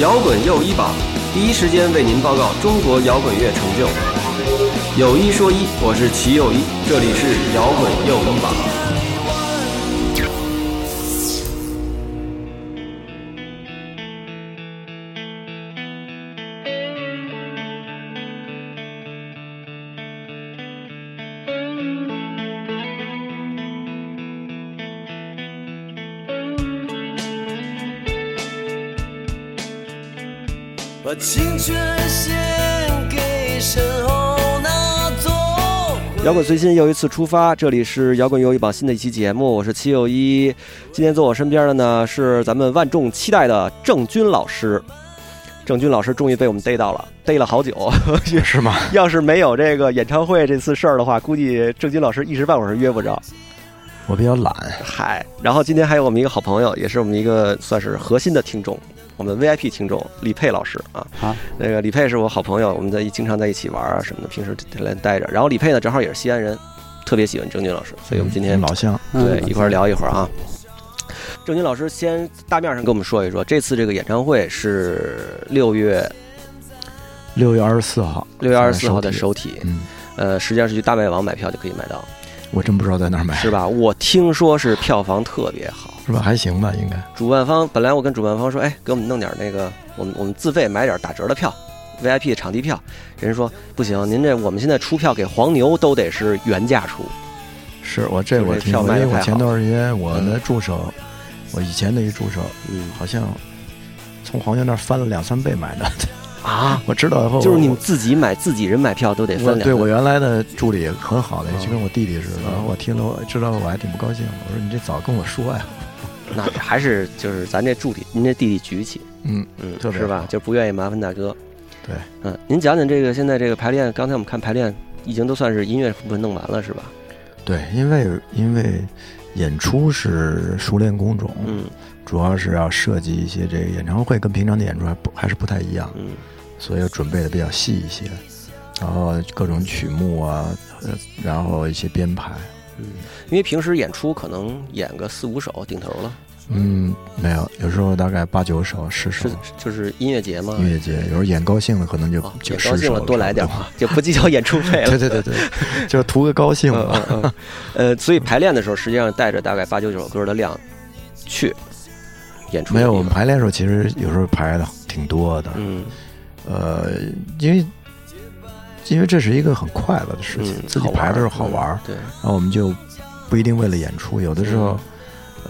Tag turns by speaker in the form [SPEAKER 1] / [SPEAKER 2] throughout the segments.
[SPEAKER 1] 摇滚又一榜，第一时间为您报告中国摇滚乐成就。有一说一，我是齐又一，这里是摇滚又一榜。
[SPEAKER 2] 把青春献给身后那座
[SPEAKER 1] 摇滚随心又一次出发，这里是摇滚又一榜新的一期节目，我是七又一。今天坐我身边的呢是咱们万众期待的郑钧老师。郑钧老师终于被我们逮到了，逮了好久。
[SPEAKER 3] 是吗？
[SPEAKER 1] 要是没有这个演唱会这次事儿的话，估计郑钧老师一时半会儿是约不着。
[SPEAKER 3] 我比较懒，
[SPEAKER 1] 嗨，然后今天还有我们一个好朋友，也是我们一个算是核心的听众，我们 VIP 听众李佩老师啊。
[SPEAKER 3] 啊，
[SPEAKER 1] 那个李佩是我好朋友，我们在经常在一起玩啊什么的，平时来待着。然后李佩呢，正好也是西安人，特别喜欢郑钧老师，所以我们今天
[SPEAKER 3] 嗯老乡，
[SPEAKER 1] 对，一块儿聊一会儿啊。郑钧老师先大面上跟我们说一说，这次这个演唱会是六月
[SPEAKER 3] 六月二十四号，
[SPEAKER 1] 六月二十四号的首体，
[SPEAKER 3] 嗯，
[SPEAKER 1] 呃，实际上是去大麦网买票就可以买到，
[SPEAKER 3] 我真不知道在哪儿买，
[SPEAKER 1] 是吧？我听说是票房特别好，
[SPEAKER 3] 是吧？还行吧，应该。
[SPEAKER 1] 主办方本来我跟主办方说，哎，给我们弄点那个，我们我们自费买点打折的票，VIP 场地票。人家说不行，您这我们现在出票给黄牛都得是原价出，
[SPEAKER 3] 是我这
[SPEAKER 1] 就
[SPEAKER 3] 我
[SPEAKER 1] 这
[SPEAKER 3] 听
[SPEAKER 1] 票
[SPEAKER 3] 过，
[SPEAKER 1] 卖
[SPEAKER 3] 因
[SPEAKER 1] 得
[SPEAKER 3] 为我
[SPEAKER 1] 太
[SPEAKER 3] 前
[SPEAKER 1] 好
[SPEAKER 3] 段时间我的助手，我以前的一个助手，
[SPEAKER 1] 嗯
[SPEAKER 3] 好像从黄牛那儿翻了两三倍买的。
[SPEAKER 1] 啊，
[SPEAKER 3] 我知道以后，
[SPEAKER 1] 就是你们自己买自己人买票都得
[SPEAKER 3] 我
[SPEAKER 1] 分两
[SPEAKER 3] 对我原来的助理很好的，
[SPEAKER 1] 嗯
[SPEAKER 3] 就跟我弟弟似的。然后我听了，我知道我还挺不高兴的。我说你这早跟我说呀，
[SPEAKER 1] 那还是就是咱这助理，您这弟弟举起，
[SPEAKER 3] 嗯，
[SPEAKER 1] 嗯，
[SPEAKER 3] 特别
[SPEAKER 1] 是吧
[SPEAKER 3] 好？
[SPEAKER 1] 就不愿意麻烦大哥。
[SPEAKER 3] 对，
[SPEAKER 1] 嗯，您讲讲这个现在这个排练，刚才我们看排练已经都算是音乐部分弄完了，是吧？
[SPEAKER 3] 对，因为因为演出是熟练工种，
[SPEAKER 1] 嗯
[SPEAKER 3] 主要是要设计一些这个演唱会跟平常的演出还不还是不太一样，
[SPEAKER 1] 嗯
[SPEAKER 3] 所以准备的比较细一些，然后各种曲目啊，呃，然后一些编排，
[SPEAKER 1] 嗯，因为平时演出可能演个四五首顶头了，
[SPEAKER 3] 嗯，没有，有时候大概八九首、十首
[SPEAKER 1] 是就是音乐节嘛。
[SPEAKER 3] 音乐节，有时候演高兴了可能就
[SPEAKER 1] 啊，
[SPEAKER 3] 就
[SPEAKER 1] 也
[SPEAKER 3] 十
[SPEAKER 1] 高兴
[SPEAKER 3] 首
[SPEAKER 1] 了，多来点
[SPEAKER 3] 差不
[SPEAKER 1] 啊，就不计较演出费
[SPEAKER 3] 多。对
[SPEAKER 1] 了。
[SPEAKER 3] 对对 对，就是图个高兴
[SPEAKER 1] 嗯
[SPEAKER 3] 嘛。
[SPEAKER 1] 嗯嗯，呃，所以排练的时候，实际上带着大概八九首歌的量去演出。
[SPEAKER 3] 没有，我们，排练的时候其实有时候排的挺多的，
[SPEAKER 1] 嗯
[SPEAKER 3] 呃，因为因为这是一个很快乐的事情，
[SPEAKER 1] 嗯，
[SPEAKER 3] 自
[SPEAKER 1] 好
[SPEAKER 3] 己
[SPEAKER 1] 玩
[SPEAKER 3] 排
[SPEAKER 1] 儿
[SPEAKER 3] 的时候好玩儿。，啊
[SPEAKER 1] 嗯对，
[SPEAKER 3] 然后我们就不一定为了演出，有的时候，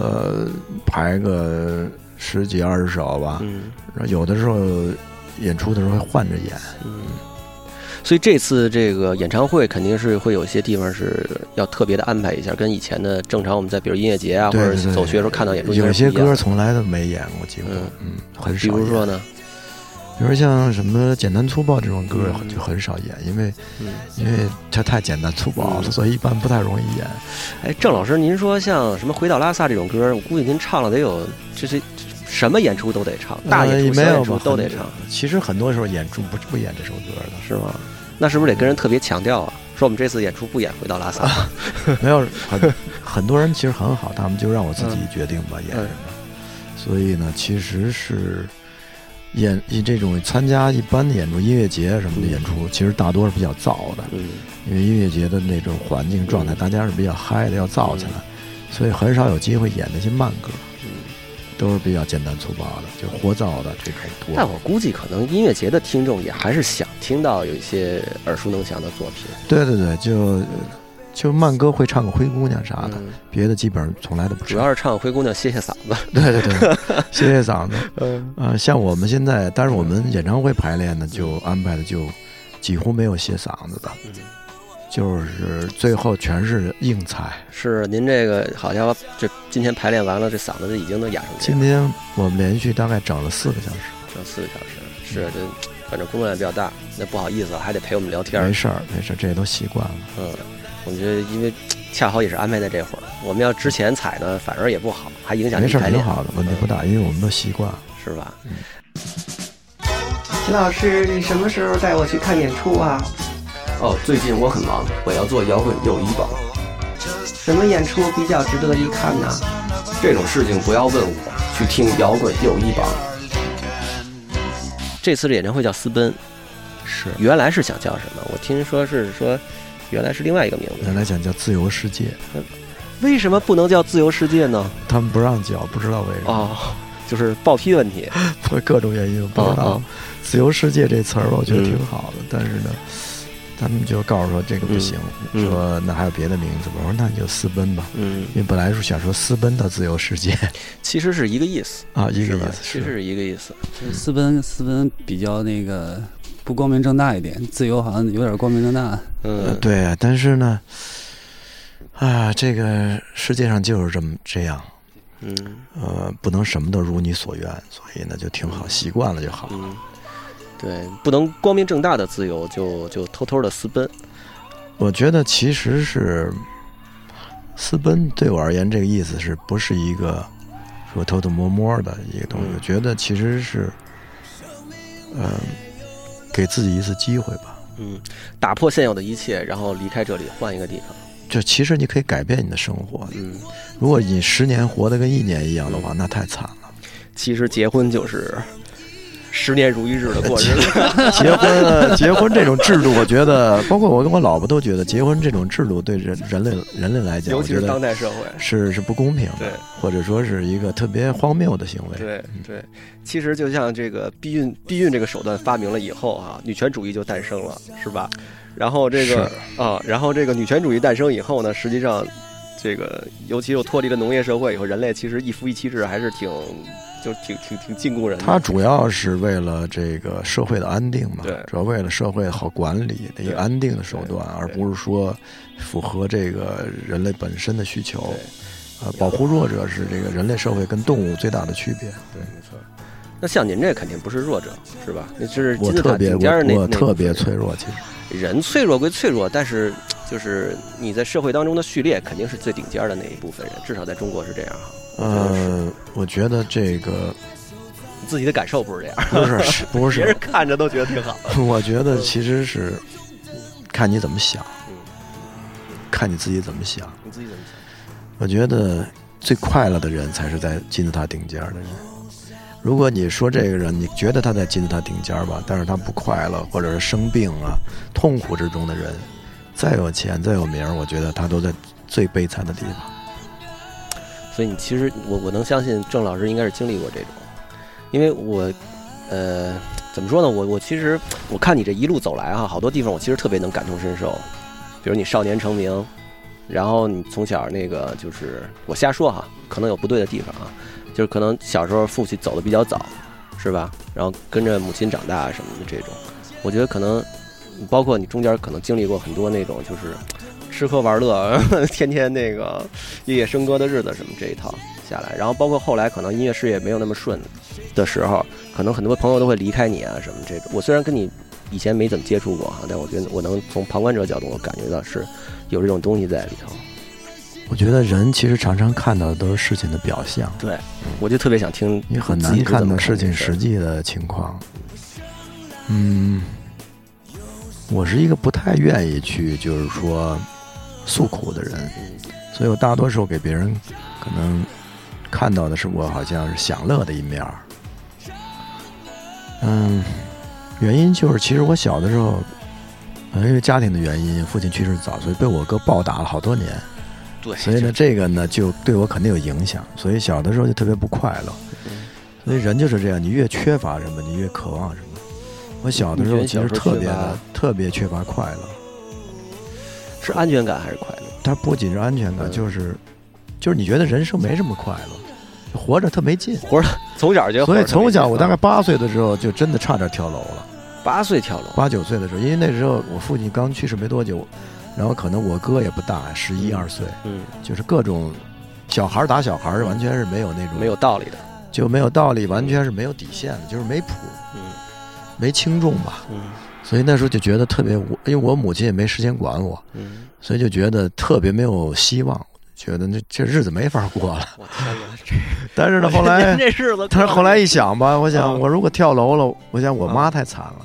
[SPEAKER 1] 嗯
[SPEAKER 3] 呃，排个十几二十首吧，
[SPEAKER 1] 嗯
[SPEAKER 3] 然后有的时候演出的时候会换着演，
[SPEAKER 1] 嗯。所以这次这个演唱会肯定是会有一些地方是要特别的安排一下，跟以前的正常我们在比如音乐节啊或
[SPEAKER 3] 对
[SPEAKER 1] 者
[SPEAKER 3] 对对
[SPEAKER 1] 走学的时候看到演出应该
[SPEAKER 3] 有
[SPEAKER 1] 是
[SPEAKER 3] 些
[SPEAKER 1] 不一样
[SPEAKER 3] 歌
[SPEAKER 1] 的，
[SPEAKER 3] 从来都没演过，几乎，
[SPEAKER 1] 嗯
[SPEAKER 3] 嗯，很
[SPEAKER 1] 比
[SPEAKER 3] 少。
[SPEAKER 1] 如说，呢，
[SPEAKER 3] 比如像什么简单粗暴这种歌
[SPEAKER 1] 嗯
[SPEAKER 3] 就很少演，因为
[SPEAKER 1] 嗯，
[SPEAKER 3] 因为它太简单粗暴了，
[SPEAKER 1] 嗯
[SPEAKER 3] 所以一般不太容易演。
[SPEAKER 1] 哎，郑老师，您说像什么《回到拉萨》这种歌，我估计您唱了得有，这是什么演出都得唱，大演出、
[SPEAKER 3] 呃
[SPEAKER 1] 小
[SPEAKER 3] 没有
[SPEAKER 1] 演出
[SPEAKER 3] 吧
[SPEAKER 1] 都得
[SPEAKER 3] 很
[SPEAKER 1] 唱，
[SPEAKER 3] 其实很多时候演出不不演这首歌的，
[SPEAKER 1] 是吗？那是不是得跟人特别强调啊？说我们这次演出不演《回到拉萨》
[SPEAKER 3] 啊没有很很多人其实很好，他们就让我自己决定 吧，演什
[SPEAKER 1] 嗯
[SPEAKER 3] 么。所以呢，其实是演一这种参加一般的演出，音乐节什么的演出，其实大多是比较燥的，
[SPEAKER 1] 嗯
[SPEAKER 3] 因为音乐节的那种环境状态，
[SPEAKER 1] 嗯
[SPEAKER 3] 大家是比较嗨的，要燥起来，所以很少有机会演那些慢歌，
[SPEAKER 1] 嗯。
[SPEAKER 3] 都是比较简单粗暴的，就活燥的这种多。
[SPEAKER 1] 但我估计，可能音乐节的听众也还是想听到有一些耳熟能详的作品
[SPEAKER 3] 对对对，就就慢歌会唱个灰姑娘啥的，
[SPEAKER 1] 嗯
[SPEAKER 3] 别的基本上从来都不
[SPEAKER 1] 主
[SPEAKER 3] 唱。
[SPEAKER 1] 要是唱《灰姑娘》歇歇嗓子。
[SPEAKER 3] 对对对，歇歇嗓子。
[SPEAKER 1] 嗯
[SPEAKER 3] 啊、像我们现在，但是我们演唱会排练呢，就安排的就几乎没有歇嗓子的，就是最后全是硬踩。
[SPEAKER 1] 是您这个好家伙，这今天排练完了，这嗓子就已经都哑成这
[SPEAKER 3] 今
[SPEAKER 1] 样，
[SPEAKER 3] 天我们连续大概整了四个小时，
[SPEAKER 1] 整四个小时。是，这反正工作量比较大，那不好意思啊，还得陪我们聊天儿
[SPEAKER 3] 没。事儿，没事儿，这也都习惯了。
[SPEAKER 1] 嗯，我觉得因为恰好也是安排在这会儿，我们要之前踩呢，反而也不好，还影响
[SPEAKER 3] 没
[SPEAKER 1] 你
[SPEAKER 3] 事儿，
[SPEAKER 1] 排
[SPEAKER 3] 挺
[SPEAKER 1] 练，嗯
[SPEAKER 3] 好的，问题不大，因为我们都习惯了。
[SPEAKER 1] 是吧？
[SPEAKER 4] 秦老师，你什么时候带我去看演出啊？
[SPEAKER 1] 哦，最近我很忙，我要做摇滚又一榜，
[SPEAKER 4] 什么演出比较值得一看呢、
[SPEAKER 1] 这种事情不要问我，去听摇滚又一榜。这次的演唱会叫私奔，
[SPEAKER 3] 是
[SPEAKER 1] 原来是想叫什么？我听说是说，原来是另外一个名字
[SPEAKER 3] 原。来想叫自由世界，
[SPEAKER 1] 为什么不能叫自由世界呢？
[SPEAKER 3] 他们不让叫，不知道为什么，
[SPEAKER 1] 哦，就是报批问题。
[SPEAKER 3] 各种原因不知道
[SPEAKER 1] 哦。
[SPEAKER 3] 自由世界这词儿我觉得
[SPEAKER 1] 嗯
[SPEAKER 3] 挺好的，但是呢，他们就告诉说这个不行，
[SPEAKER 1] 嗯嗯
[SPEAKER 3] 说那还有别的名字吧。我说那你就私奔吧，
[SPEAKER 1] 嗯，
[SPEAKER 3] 因为本来是想说私奔到自由世界
[SPEAKER 1] 其实是一个意思，
[SPEAKER 3] 啊，一个
[SPEAKER 1] 是
[SPEAKER 3] 意
[SPEAKER 1] 吧？
[SPEAKER 3] 思
[SPEAKER 1] 其实
[SPEAKER 3] 是
[SPEAKER 1] 是一个意思。
[SPEAKER 5] 私奔私奔比较那个不光明正大一点，自由好像有点光明正大。
[SPEAKER 3] 呃
[SPEAKER 1] 嗯，
[SPEAKER 3] 对啊，但是呢，啊，这个世界上就是这么这样，
[SPEAKER 1] 嗯
[SPEAKER 3] 呃，不能什么都如你所愿，所以呢就挺好，习惯了就好。
[SPEAKER 1] 嗯，对，不能光明正大的自由，就就偷偷的私奔。
[SPEAKER 3] 我觉得其实是私奔对我而言，这个意思是不是一个说偷偷摸摸的一个东西？
[SPEAKER 1] 嗯
[SPEAKER 3] 我觉得其实是，嗯、给自己一次机会吧。
[SPEAKER 1] 嗯，打破现有的一切，然后离开这里，换一个地方。
[SPEAKER 3] 就其实你可以改变你的生活。
[SPEAKER 1] 嗯，
[SPEAKER 3] 如果你十年活得跟一年一样的话，那太惨了。
[SPEAKER 1] 其实结婚就是十年如一日的过 日子。
[SPEAKER 3] 结婚了，结婚这种 制度，我觉得，包括我跟我老婆都觉得，结婚这种制度对人人类人类来讲，
[SPEAKER 1] 尤
[SPEAKER 3] 我
[SPEAKER 1] 其
[SPEAKER 3] 觉
[SPEAKER 1] 是当
[SPEAKER 3] 得
[SPEAKER 1] 代社会。
[SPEAKER 3] 是是不公平
[SPEAKER 1] 对
[SPEAKER 3] 的，或者说是一个特别荒谬的行为。
[SPEAKER 1] 对对，其实就像这个避孕避孕这个手段发明了以后啊，女权主义就诞生了，是吧？然后这个啊，然后这个女权主义诞生以后呢，实际上这个尤其又脱离了农业社会以后，人类其实一夫一妻制还是挺就挺挺挺禁锢人的。
[SPEAKER 3] 它主要是为了这个社会的安定嘛
[SPEAKER 1] 对，
[SPEAKER 3] 主要为了社会好管理的一
[SPEAKER 1] 对
[SPEAKER 3] 个安定的手段，而
[SPEAKER 1] 对
[SPEAKER 3] 不是说符合这个人类本身的需求
[SPEAKER 1] 对。
[SPEAKER 3] 呃，保护弱者是这个人类社会跟动物最大的区别。
[SPEAKER 1] 对，没错。那像您这肯定不是弱者，是吧？那就是
[SPEAKER 3] 我
[SPEAKER 1] 金字
[SPEAKER 3] 特
[SPEAKER 1] 塔
[SPEAKER 3] 别
[SPEAKER 1] 顶尖儿那
[SPEAKER 3] 我我
[SPEAKER 1] 那
[SPEAKER 3] 特
[SPEAKER 1] 部分
[SPEAKER 3] 别
[SPEAKER 1] 人
[SPEAKER 3] 脆弱，其实
[SPEAKER 1] 人脆弱归脆弱，但是就是你在社会当中的序列肯定是最顶尖儿的那一部分人，至少在中国是这样哈。我觉得是
[SPEAKER 3] 呃，我觉得这 个
[SPEAKER 1] 自己的感受不是这样，
[SPEAKER 3] 不是是不
[SPEAKER 1] 别嗯
[SPEAKER 3] 是
[SPEAKER 1] 人，看着都觉得挺好。
[SPEAKER 3] 我觉得其实是看你怎么想，
[SPEAKER 1] 嗯
[SPEAKER 3] 看你自己怎么想。
[SPEAKER 1] 你自己怎么想？
[SPEAKER 3] 我觉得最快乐的人才是在金字塔顶尖儿的人。如果你说这个人，你觉得他在金字塔顶尖儿吧，但是他不快乐，或者是生病啊、痛苦之中的人，再有钱、再有名儿，我觉得他都在最悲惨的地方。
[SPEAKER 1] 所以你其实我我能相信郑老师应该是经历过这种，因为我呃怎么说呢？我我其实我看你这一路走来哈、好多地方我其实特别能感同身受，比如你少年成名，然后你从小那个就是我瞎说哈，可能有不对的地方啊，就是可能小时候父亲走的比较早，是吧？然后跟着母亲长大什么的这种，我觉得可能包括你中间可能经历过很多那种就是吃喝玩乐， 天天那个夜夜笙歌的日子什么这一套下来，然后包括后来可能音乐事业没有那么顺的时候，可能很多朋友都会离开你啊什么这种。我虽然跟你以前没怎么接触过啊哈，但我觉得我能从旁观者角度我感觉到是有这种东西在里头。
[SPEAKER 3] 我觉得人其实常常看到的都是事情的表象，
[SPEAKER 1] 对，我就特别想听
[SPEAKER 3] 你很
[SPEAKER 1] 自
[SPEAKER 3] 难
[SPEAKER 1] 己是
[SPEAKER 3] 看
[SPEAKER 1] 怎么
[SPEAKER 3] 到
[SPEAKER 1] 看
[SPEAKER 3] 事
[SPEAKER 1] 这
[SPEAKER 3] 情
[SPEAKER 1] 事儿
[SPEAKER 3] 实际的情况。嗯，我是一个不太愿意去就是说诉苦的人，
[SPEAKER 1] 嗯
[SPEAKER 3] 所以我大多数给别人可能看到的是我好像是享乐的一面儿。嗯，原因就是其实我小的时候，呃因为家庭的原因，父亲去世早，所以被我哥暴打了好多年。
[SPEAKER 1] 对，
[SPEAKER 3] 所以呢，这个呢就对我肯定有影响，所以小的时候就特别不快乐。所以人就是这样，你越缺乏什么，你越渴望什么。我小的时候
[SPEAKER 1] 你
[SPEAKER 3] 其
[SPEAKER 1] 觉得
[SPEAKER 3] 实
[SPEAKER 1] 小时候
[SPEAKER 3] 特别
[SPEAKER 1] 缺乏
[SPEAKER 3] 的特别缺乏快乐，
[SPEAKER 1] 是安全感还是快乐？
[SPEAKER 3] 它不仅是安全
[SPEAKER 1] 嗯
[SPEAKER 3] 感，就是就是你觉得人生没什么快乐，活着特没劲。
[SPEAKER 1] 活着从小就
[SPEAKER 3] 所以从小我大概八岁的时候就真的差点跳楼了，
[SPEAKER 1] 啊八岁跳楼，
[SPEAKER 3] 八九岁的时候，因为那时候我父亲刚去世没多久，然后可能我哥也不大，十一
[SPEAKER 1] 嗯
[SPEAKER 3] 二岁，
[SPEAKER 1] 嗯，
[SPEAKER 3] 就是各种小孩儿打小孩儿，完全是没有那种
[SPEAKER 1] 没有道理的，
[SPEAKER 3] 就没有道理，完全是没有底线的，就是没谱，
[SPEAKER 1] 嗯
[SPEAKER 3] 没轻重吧。
[SPEAKER 1] 嗯
[SPEAKER 3] 所以那时候就觉得特别无，因为我母亲也没时间管我，
[SPEAKER 1] 嗯，
[SPEAKER 3] 所以就觉得特别没有希望，觉得那这日子没法过了。
[SPEAKER 1] 我天 哪，
[SPEAKER 3] 但是呢，后 来，
[SPEAKER 1] 这日子，
[SPEAKER 3] 但是后来一想吧，我
[SPEAKER 1] 啊
[SPEAKER 3] 想我如果跳楼了，我想我
[SPEAKER 1] 啊
[SPEAKER 3] 妈太惨了，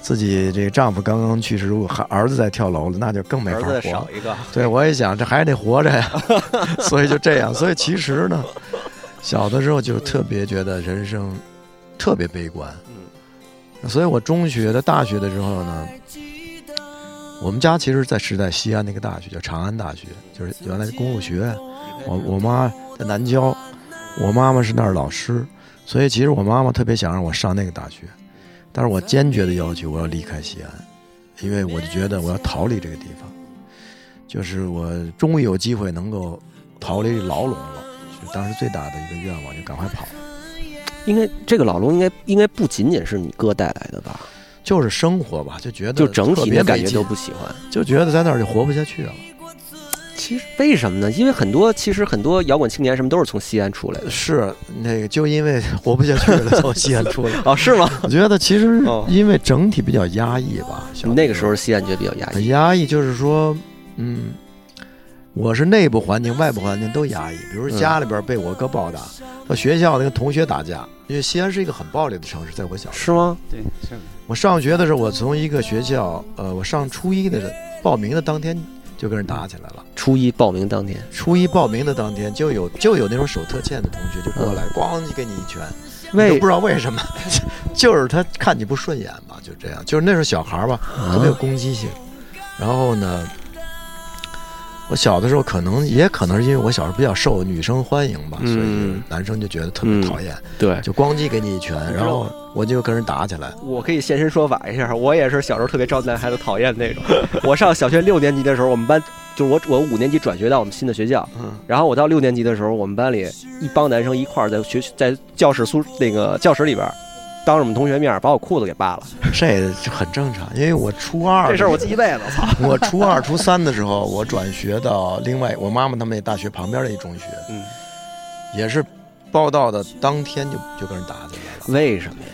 [SPEAKER 3] 自己这个丈夫刚刚去世，如果还儿子再跳楼了，那就更没法
[SPEAKER 1] 儿
[SPEAKER 3] 活
[SPEAKER 1] 子
[SPEAKER 3] 了
[SPEAKER 1] 少。一个，
[SPEAKER 3] 对，我也想，这还得活着呀，所以就这样。所以其实呢，小的时候就特别觉得人生特别悲观，
[SPEAKER 1] 嗯
[SPEAKER 3] 所以我中学的、大学的时候呢，我们家其实，在是在西安那个大学，叫长安大学，就是原来公路学院。我我妈在南郊，我妈妈是那儿老师，所以其实我妈妈特别想让我上那个大学，但是我坚决的要求我要离开西安，因为我就觉得我要逃离这个地方，就是我终于有机会能够逃离牢笼了，就是当时最大的一个愿望，就赶快跑。
[SPEAKER 1] 应该这个老龙应该应该不仅仅是你哥带来的吧？
[SPEAKER 3] 就是生活吧，就觉得
[SPEAKER 1] 就整体
[SPEAKER 3] 特别
[SPEAKER 1] 的感觉
[SPEAKER 3] 没劲
[SPEAKER 1] 都不喜欢。
[SPEAKER 3] 就觉得在那儿就活不下去了。
[SPEAKER 1] 其实为什么呢？因为很多其实很多摇滚青年什么都是从西安出来的。
[SPEAKER 3] 是那个，就因为活不下去 了，从西安出来。
[SPEAKER 1] 哦，是吗？
[SPEAKER 3] 我觉得其实
[SPEAKER 1] 哦
[SPEAKER 3] 因为整体比较压抑吧，小
[SPEAKER 1] 那个时候西安觉得比较压抑。
[SPEAKER 3] 很压抑，就是说，嗯，我是内部环境、外部环境都压抑。比如
[SPEAKER 1] 嗯
[SPEAKER 3] 家里边被我哥暴打，到学校那跟同学打架，因为西安是一个很暴力的城市，在我小时候。
[SPEAKER 1] 是吗？
[SPEAKER 5] 对，是的
[SPEAKER 3] 我上学的时候，我从一个学校，呃，我上初一的报名的当天就跟人打起来了。
[SPEAKER 1] 初一报名当天，
[SPEAKER 3] 初一报名的当天，就有就有那种手特欠的同学就过来，咣就给你一拳，你
[SPEAKER 1] 嗯为
[SPEAKER 3] 都不知道为什么， 就是他看你不顺眼吧，就这样，就是那时候小孩儿吧，特别有
[SPEAKER 1] 啊，
[SPEAKER 3] 攻击性。然后呢，我小的时候可能也可能是因为我小时候比较受女生欢迎吧，
[SPEAKER 1] 嗯
[SPEAKER 3] 所以男生就觉得特别讨厌，
[SPEAKER 1] 对，
[SPEAKER 3] 就咣叽给你一拳，
[SPEAKER 1] 知道
[SPEAKER 3] 然后我就跟人打起来。
[SPEAKER 1] 我可以现身说法一下，我也是小时候特别招男孩子讨厌那种。我上小学六年级的时候，我们班就是我我五年级转学到我们新的学校，
[SPEAKER 3] 嗯，
[SPEAKER 1] 然后我到六年级的时候，我们班里一帮男生一块儿在学在教室宿那个教室里边儿，当着我们同学面儿把我裤子给扒了，
[SPEAKER 3] 这这很正常，因为我初二
[SPEAKER 1] 这
[SPEAKER 3] 的
[SPEAKER 1] 事
[SPEAKER 3] 时
[SPEAKER 1] 儿
[SPEAKER 3] 候
[SPEAKER 1] 我记一辈子，我操！
[SPEAKER 3] 我初二、初三的时候，我转学到另外我妈妈他们那大学旁边的一中学，
[SPEAKER 1] 嗯，
[SPEAKER 3] 也是报道的当天就就跟人打起来了。
[SPEAKER 1] 为什么呀？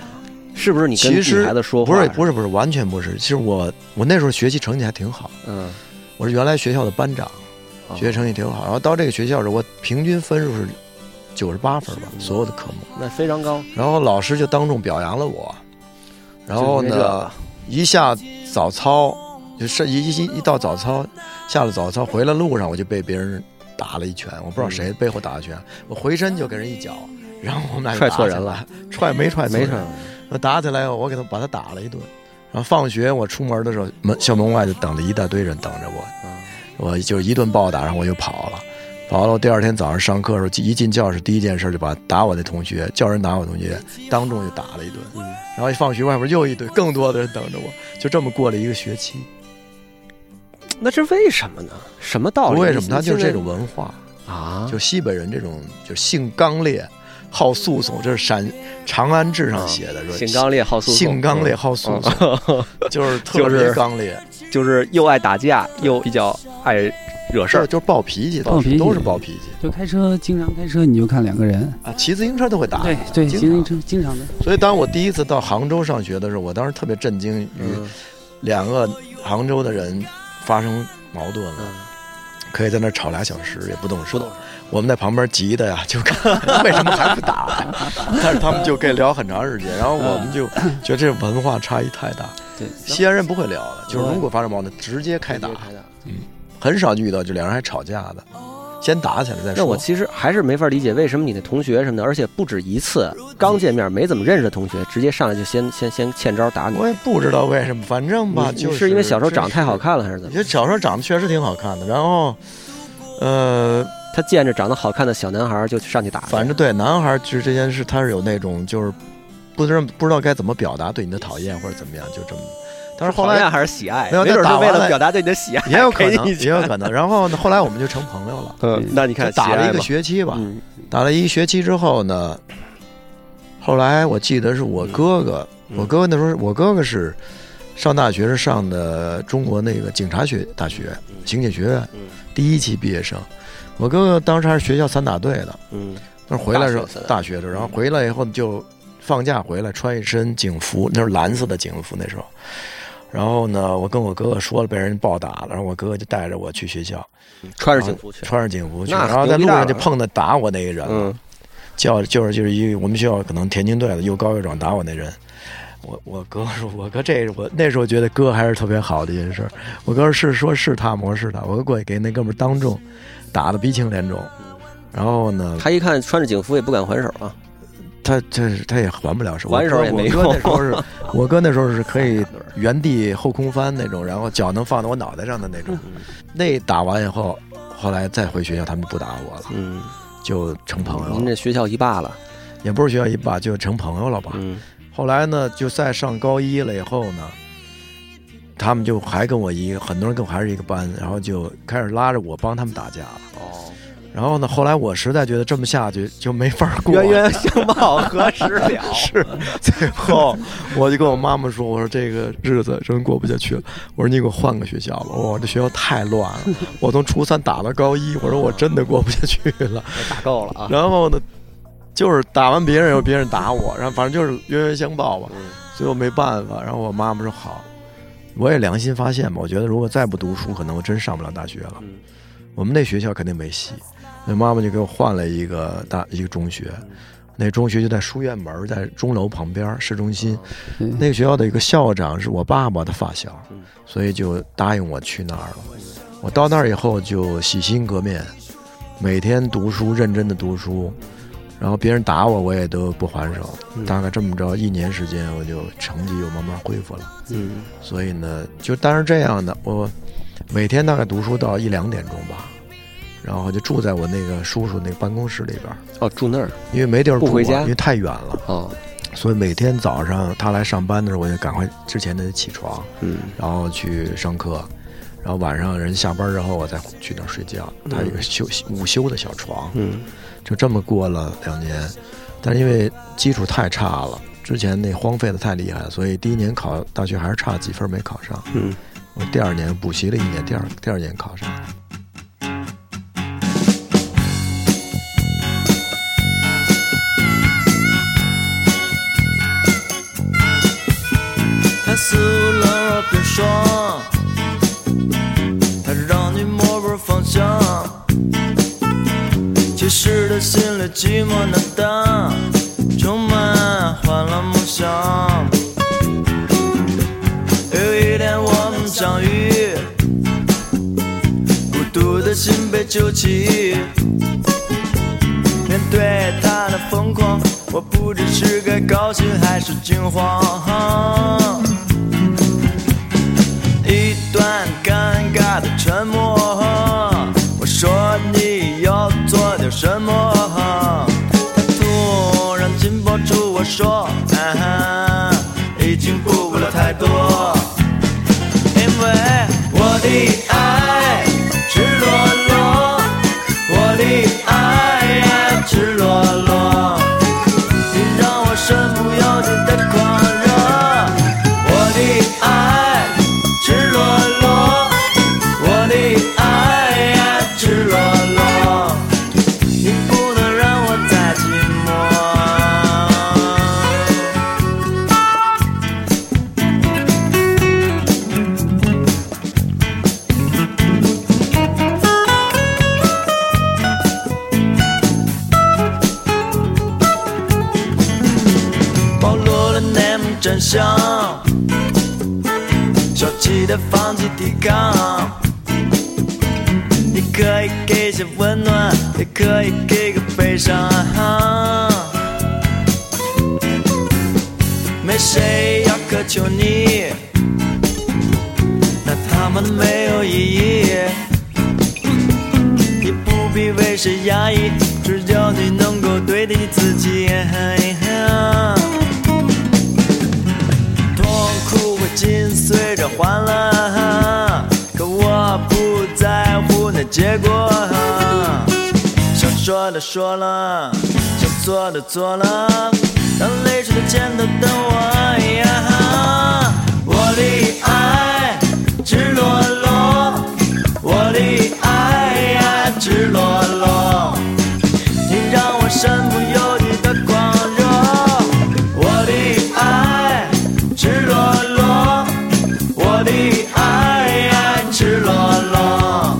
[SPEAKER 1] 是不是你跟
[SPEAKER 3] 其实
[SPEAKER 1] 女孩子说话？
[SPEAKER 3] 不是不是不是，完全不是。其实我我那时候学习成绩还挺好，
[SPEAKER 1] 嗯，
[SPEAKER 3] 我是原来学校的班长，
[SPEAKER 1] 哦
[SPEAKER 3] 学习成绩挺好。然后到这个学校时，我平均分数是九十八分吧，所有的科目。
[SPEAKER 1] 那非常高。
[SPEAKER 3] 然后老师就当众表扬了我，然
[SPEAKER 1] 就
[SPEAKER 3] 后
[SPEAKER 1] 是因为这个
[SPEAKER 3] 呢，一下早操，就是一一一到早操，下了早操回来路上我就被别人打了一拳，我不知道谁背后打的拳，我回身就给人一脚，然后我们俩就
[SPEAKER 1] 踹
[SPEAKER 3] 打
[SPEAKER 1] 错
[SPEAKER 3] 起
[SPEAKER 1] 人
[SPEAKER 3] 来
[SPEAKER 1] 了，
[SPEAKER 3] 踹没踹错
[SPEAKER 1] 没
[SPEAKER 3] 人
[SPEAKER 1] 事儿，
[SPEAKER 3] 我打起来，我给他把他打了一顿。然后放学我出门的时候，门校门外就等着一大堆人等着我，
[SPEAKER 1] 嗯
[SPEAKER 3] 我就是一顿暴打，然后我就跑了。跑了，我第二天早上上课的时候，一进教室第一件事就把打我的同学叫人打我同学，当众就打了一顿。
[SPEAKER 1] 嗯，
[SPEAKER 3] 然后一放学外边又一堆更多的人等着我，就这么过了一个学期。
[SPEAKER 1] 那这为什么呢？什么道理？啊
[SPEAKER 3] 为什么他
[SPEAKER 1] 你现
[SPEAKER 3] 就是
[SPEAKER 1] 在
[SPEAKER 3] 这种文化？
[SPEAKER 1] 啊？
[SPEAKER 3] 就西北人这种就性刚烈、好诉讼，这是陕《长安志》上写的，说
[SPEAKER 1] 性刚烈好诉讼，
[SPEAKER 3] 性刚烈好诉讼，就是特
[SPEAKER 1] 就
[SPEAKER 3] 别
[SPEAKER 1] 是
[SPEAKER 3] 刚烈。
[SPEAKER 1] 嗯， 就是又爱打架，又比较爱惹事
[SPEAKER 3] 是
[SPEAKER 1] 儿。
[SPEAKER 3] 就是暴脾气，
[SPEAKER 5] 暴
[SPEAKER 3] 都是
[SPEAKER 5] 脾气
[SPEAKER 3] 都是暴脾气
[SPEAKER 5] 就开车，经常开车你就看两个人，
[SPEAKER 3] 啊！骑自行车都会打。
[SPEAKER 5] 对对，
[SPEAKER 3] 经
[SPEAKER 5] 骑自行
[SPEAKER 3] 常
[SPEAKER 5] 车经常的，
[SPEAKER 3] 所以当我第一次到杭州上学的时候，我当时特别震惊于
[SPEAKER 1] 嗯
[SPEAKER 3] 两个杭州的人发生矛盾了，
[SPEAKER 1] 嗯，
[SPEAKER 3] 可以在那儿吵俩小时也不动
[SPEAKER 1] 不
[SPEAKER 3] 手
[SPEAKER 1] 动手。
[SPEAKER 3] 我们在旁边急的呀，就看 为什么还不打呀？但是他们就可以聊很长时间，然后我们就觉得这文化差异太大。
[SPEAKER 1] 嗯
[SPEAKER 5] 对，
[SPEAKER 3] 西安人不会聊的，就是
[SPEAKER 5] 对
[SPEAKER 3] 如果发生矛盾直接开打，
[SPEAKER 1] 直接开打
[SPEAKER 3] 很少遇到就两人还吵架的，先打起来再说。
[SPEAKER 1] 那我其实还是没法理解为什么你的同学什么的，而且不止一次，刚见面没怎么认识的同学，直接上来就先先先欠招打你。
[SPEAKER 3] 我也不知道为什么，反正吧，
[SPEAKER 1] 你
[SPEAKER 3] 就
[SPEAKER 1] 你是因为小时候长得太好。看了，还是怎
[SPEAKER 3] 你
[SPEAKER 1] 么？
[SPEAKER 3] 这小时候长得确实挺好看的，然后，呃，
[SPEAKER 1] 他见着长得好看的小男孩就上去打。
[SPEAKER 3] 反正对男孩儿就是这件事，他是有那种就是不知道不知道该怎么表达对你的讨厌或者怎么样，就这么。但是后
[SPEAKER 1] 讨厌
[SPEAKER 3] 来
[SPEAKER 1] 还是喜爱，
[SPEAKER 3] 没有
[SPEAKER 1] 没准
[SPEAKER 3] 那
[SPEAKER 1] 是
[SPEAKER 3] 打
[SPEAKER 1] 为
[SPEAKER 3] 完
[SPEAKER 1] 了
[SPEAKER 3] 了
[SPEAKER 1] 表达对你的喜爱。
[SPEAKER 3] 也有可
[SPEAKER 1] 给
[SPEAKER 3] 能，
[SPEAKER 1] 你一
[SPEAKER 3] 也有可能。然后呢，后来我们就成朋友了，
[SPEAKER 1] 嗯，那 你看
[SPEAKER 3] 就打了一个
[SPEAKER 1] 喜
[SPEAKER 3] 学期
[SPEAKER 1] 爱吧
[SPEAKER 3] 吧，
[SPEAKER 1] 嗯
[SPEAKER 3] 打了一学期之后呢，后来我记得是我哥哥，
[SPEAKER 1] 嗯
[SPEAKER 3] 我哥哥那时候我哥哥是上大学是上的中国那个警察学大学刑警学院
[SPEAKER 1] 嗯
[SPEAKER 3] 第一期毕业生，我哥哥当时还是学校三打队的，
[SPEAKER 1] 嗯，
[SPEAKER 3] 那回来的时候
[SPEAKER 1] 大学三打
[SPEAKER 3] 大学的时候，然后回来以后就放假回来穿一身警服，那是蓝色的警服那时候。然后呢，我跟我哥哥说了被人暴打了，然后我哥哥就带着我去学校，
[SPEAKER 1] 穿着警服去。
[SPEAKER 3] 穿着警嗯服去，
[SPEAKER 1] 那
[SPEAKER 3] 然后在
[SPEAKER 1] 牛逼
[SPEAKER 3] 路
[SPEAKER 1] 大了
[SPEAKER 3] 上就碰到打我那个人了，
[SPEAKER 1] 嗯，
[SPEAKER 3] 叫就是就是一个我们学校可能田径队的又高又壮打我那人。我我哥说，我哥这我那时候觉得哥还是特别好的一件事儿。我哥是说是他吗？我说是他。我哥过去给那哥们儿当众打得鼻青脸肿，然后呢，
[SPEAKER 1] 他一看穿着警服也不敢还手啊。
[SPEAKER 3] 他他他也还不了手，
[SPEAKER 1] 还手
[SPEAKER 3] 我哥
[SPEAKER 1] 也没
[SPEAKER 3] 我哥那
[SPEAKER 1] 用
[SPEAKER 3] 时 候是，我哥那时候是可以原地后空翻那种，然后脚能放到我脑袋上的那种。
[SPEAKER 1] 嗯
[SPEAKER 3] 那打完以后，后来再回学校，他们不打我了，
[SPEAKER 1] 嗯，
[SPEAKER 3] 就成朋友
[SPEAKER 1] 您
[SPEAKER 3] 了，
[SPEAKER 1] 这学校一霸了，
[SPEAKER 3] 也不是学校一把就成朋友了吧。
[SPEAKER 1] 嗯
[SPEAKER 3] 后来呢，就再上高一了以后呢，他们就还跟我一个，很多人跟我还是一个班，然后就开始拉着我帮他们打架了。
[SPEAKER 1] 哦，
[SPEAKER 3] 然后呢，后来我实在觉得这么下去就没法过了，
[SPEAKER 1] 冤冤相报何时了？
[SPEAKER 3] 是，最后我就跟我妈妈说：“我说这个日子真过不下去了。我说你给我换个学校吧。我这学校太乱了。我从初三打到高一，我说我真的过不下去了。
[SPEAKER 1] 打够了啊！
[SPEAKER 3] 然后呢，就是打完别人又别人打我，然后反正就是冤冤相报吧。
[SPEAKER 1] 嗯
[SPEAKER 3] 最后没办法，然后我妈妈说好，我也良心发现吧，我觉得如果再不读书，可能我真上不了大学了。
[SPEAKER 1] 嗯
[SPEAKER 3] 我们那学校肯定没戏，那妈妈就给我换了一个大一个中学，那中学就在书院门儿，在钟楼旁边儿市中心。
[SPEAKER 5] 嗯
[SPEAKER 3] 那个学校的一个校长是我爸爸的发小
[SPEAKER 1] 嗯，
[SPEAKER 3] 所以就答应我去那儿了。我到那儿以后就洗心革面，每天读书，认真的读书，然后别人打我我也都不还手。
[SPEAKER 1] 嗯
[SPEAKER 3] 大概这么着，一年时间我就成绩又慢慢恢复了。
[SPEAKER 1] 嗯，
[SPEAKER 3] 所以呢，就当然这样的，我每天大概读书到一两点钟吧，然后就住在我那个叔叔那个办公室里边儿，
[SPEAKER 1] 哦，住那儿
[SPEAKER 3] 因为没地儿住
[SPEAKER 1] 不
[SPEAKER 3] 啊，
[SPEAKER 1] 回家
[SPEAKER 3] 因为太远了。
[SPEAKER 1] 哦，
[SPEAKER 3] 所以每天早上他来上班的时候，我就赶快之前得起床，
[SPEAKER 1] 嗯
[SPEAKER 3] 然后去上课，然后晚上人下班之后，我再去那儿睡觉。他有一个休息午休的小床，
[SPEAKER 1] 嗯
[SPEAKER 3] 就这么过了两年。但是因为基础太差了，之前那荒废的太厉害了，所以第一年考大学还是差几分没考上。
[SPEAKER 1] 嗯，
[SPEAKER 3] 我第二年补习了一年，第二第二年考上了。
[SPEAKER 2] 他撕了冰霜，他让你摸不着方向。其实他心里寂寞难当，充满欢乐梦想。有一天我们相遇，孤独的心被揪起。面对他的疯狂，我不知是该高兴还是惊慌。一段尴尬的沉默，我说你要做点什么？他突然紧抱住我说，啊哈，已经顾不了太多，因为我的爱赤裸裸。我的爱呀，赤裸裸，你让我身不由己的狂热。我的爱，啊赤裸裸，我的爱呀，赤裸裸，你不能让我再寂寞。暴露了内幕真相，消极的放弃抵抗。你可以给些温暖，也可以给个悲伤。没谁要苛求你，那他们没有意义。你不必为谁压抑，只要你能够对得起自己。痛苦会紧随着欢乐，可我不在乎那结果。想说的说了，想做的做了，当泪水的肩头等我呀。我的爱赤裸裸，我的爱呀赤裸裸。你让我身不由己的狂热。我的爱赤裸裸，我的爱呀赤裸裸，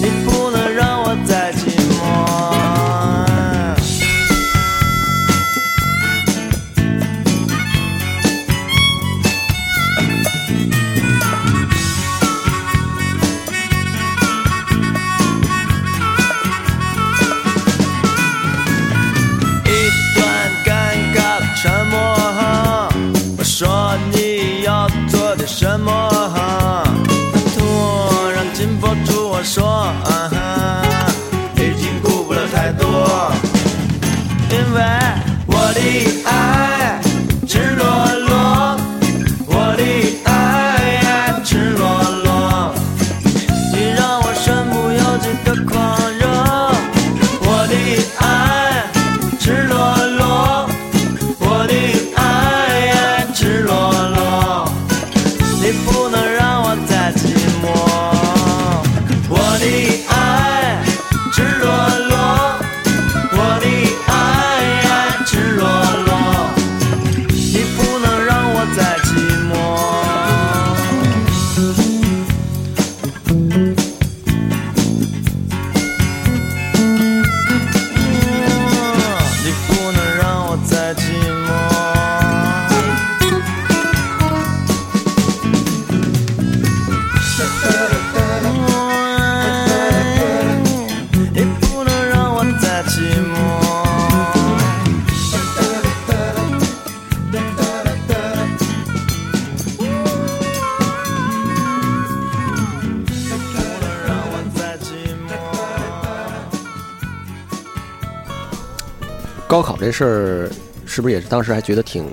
[SPEAKER 2] 你不能让我再寂寞。说，啊哈，哎已经顾不了太多，嗯因为我的爱赤裸裸，我的爱赤裸裸。你让我身不由己的狂热，我的爱赤裸裸，我的爱赤裸裸，你不能让我再寂寞，我的爱赤裸裸，我的爱赤裸裸，你不能让我再寂寞。你不能让我再寂寞。你不能让我再寂寞。不能让我再寂寞。
[SPEAKER 1] 高考这事儿是不是也是当时还觉得挺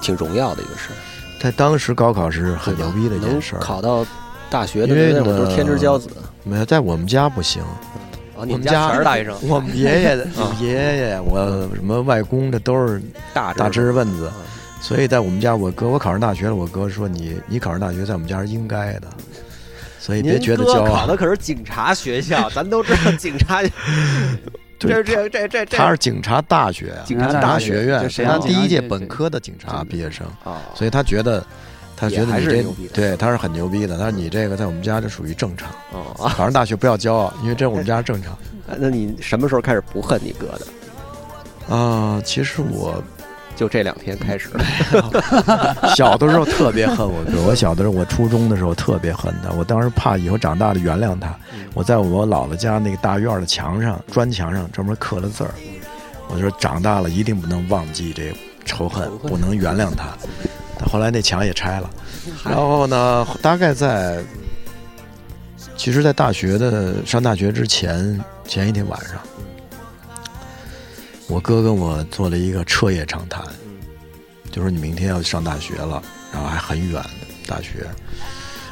[SPEAKER 1] 挺荣耀的一个事儿？
[SPEAKER 3] 在当时高考是很
[SPEAKER 1] 对吧
[SPEAKER 3] 牛逼的一件
[SPEAKER 1] 能
[SPEAKER 3] 事儿，
[SPEAKER 1] 考到大学的
[SPEAKER 3] 因为
[SPEAKER 1] 那会儿都是天之骄子
[SPEAKER 3] 没有在我们家不行，
[SPEAKER 1] 啊！你
[SPEAKER 3] 我
[SPEAKER 1] 们
[SPEAKER 3] 们家
[SPEAKER 1] 全是大学生，
[SPEAKER 3] 我们爷 爷、我们爷爷、我什么外公，这都是
[SPEAKER 1] 大
[SPEAKER 3] 大知识分子
[SPEAKER 1] 嗯，
[SPEAKER 3] 所以在我们家，我哥我考上大学了，我哥说你你考上大学在我们家是应该的，所以
[SPEAKER 1] 您
[SPEAKER 3] 别觉得
[SPEAKER 1] 哥
[SPEAKER 3] 骄
[SPEAKER 1] 考
[SPEAKER 3] 傲啊
[SPEAKER 1] 的。可是警察学校，咱都知道警 察，这
[SPEAKER 3] 对
[SPEAKER 1] 这这这这
[SPEAKER 3] 他是警察大学啊，
[SPEAKER 1] 警察
[SPEAKER 3] 察
[SPEAKER 1] 大
[SPEAKER 3] 学
[SPEAKER 5] 就
[SPEAKER 3] 院，
[SPEAKER 5] 沈
[SPEAKER 3] 是
[SPEAKER 5] 阳
[SPEAKER 3] 他
[SPEAKER 5] 警
[SPEAKER 3] 第
[SPEAKER 5] 察
[SPEAKER 3] 一届
[SPEAKER 5] 学
[SPEAKER 3] 本科的警察毕业生，
[SPEAKER 1] 啊，
[SPEAKER 3] 所以他觉得他
[SPEAKER 1] 也
[SPEAKER 3] 觉得
[SPEAKER 1] 还
[SPEAKER 3] 你
[SPEAKER 1] 是
[SPEAKER 3] 这
[SPEAKER 1] 牛逼的
[SPEAKER 3] 对他是很牛逼的，他说你这个在我们家就属于正常，
[SPEAKER 1] 哦啊，
[SPEAKER 3] 考上大学不要骄傲，因为这是我们家是正常。
[SPEAKER 1] 那你什么时候开始不恨你哥的？
[SPEAKER 3] 啊，其实我
[SPEAKER 1] 就这两天开始，
[SPEAKER 3] 小的时候特别恨我哥，我小的时候，我初中的时候特别恨他，我当时怕以后长大了原谅他，我在我姥姥家那个大院儿的墙上、砖墙上专门刻了字儿，我就说长大了一定不能忘记这仇恨，不能原谅他。但后来那墙也拆了，然后呢，大概在，其实，在大学的上大学之前前一天晚上，我哥跟我做了一个彻夜长谈。就说你明天要上大学了，然后还很远的大学。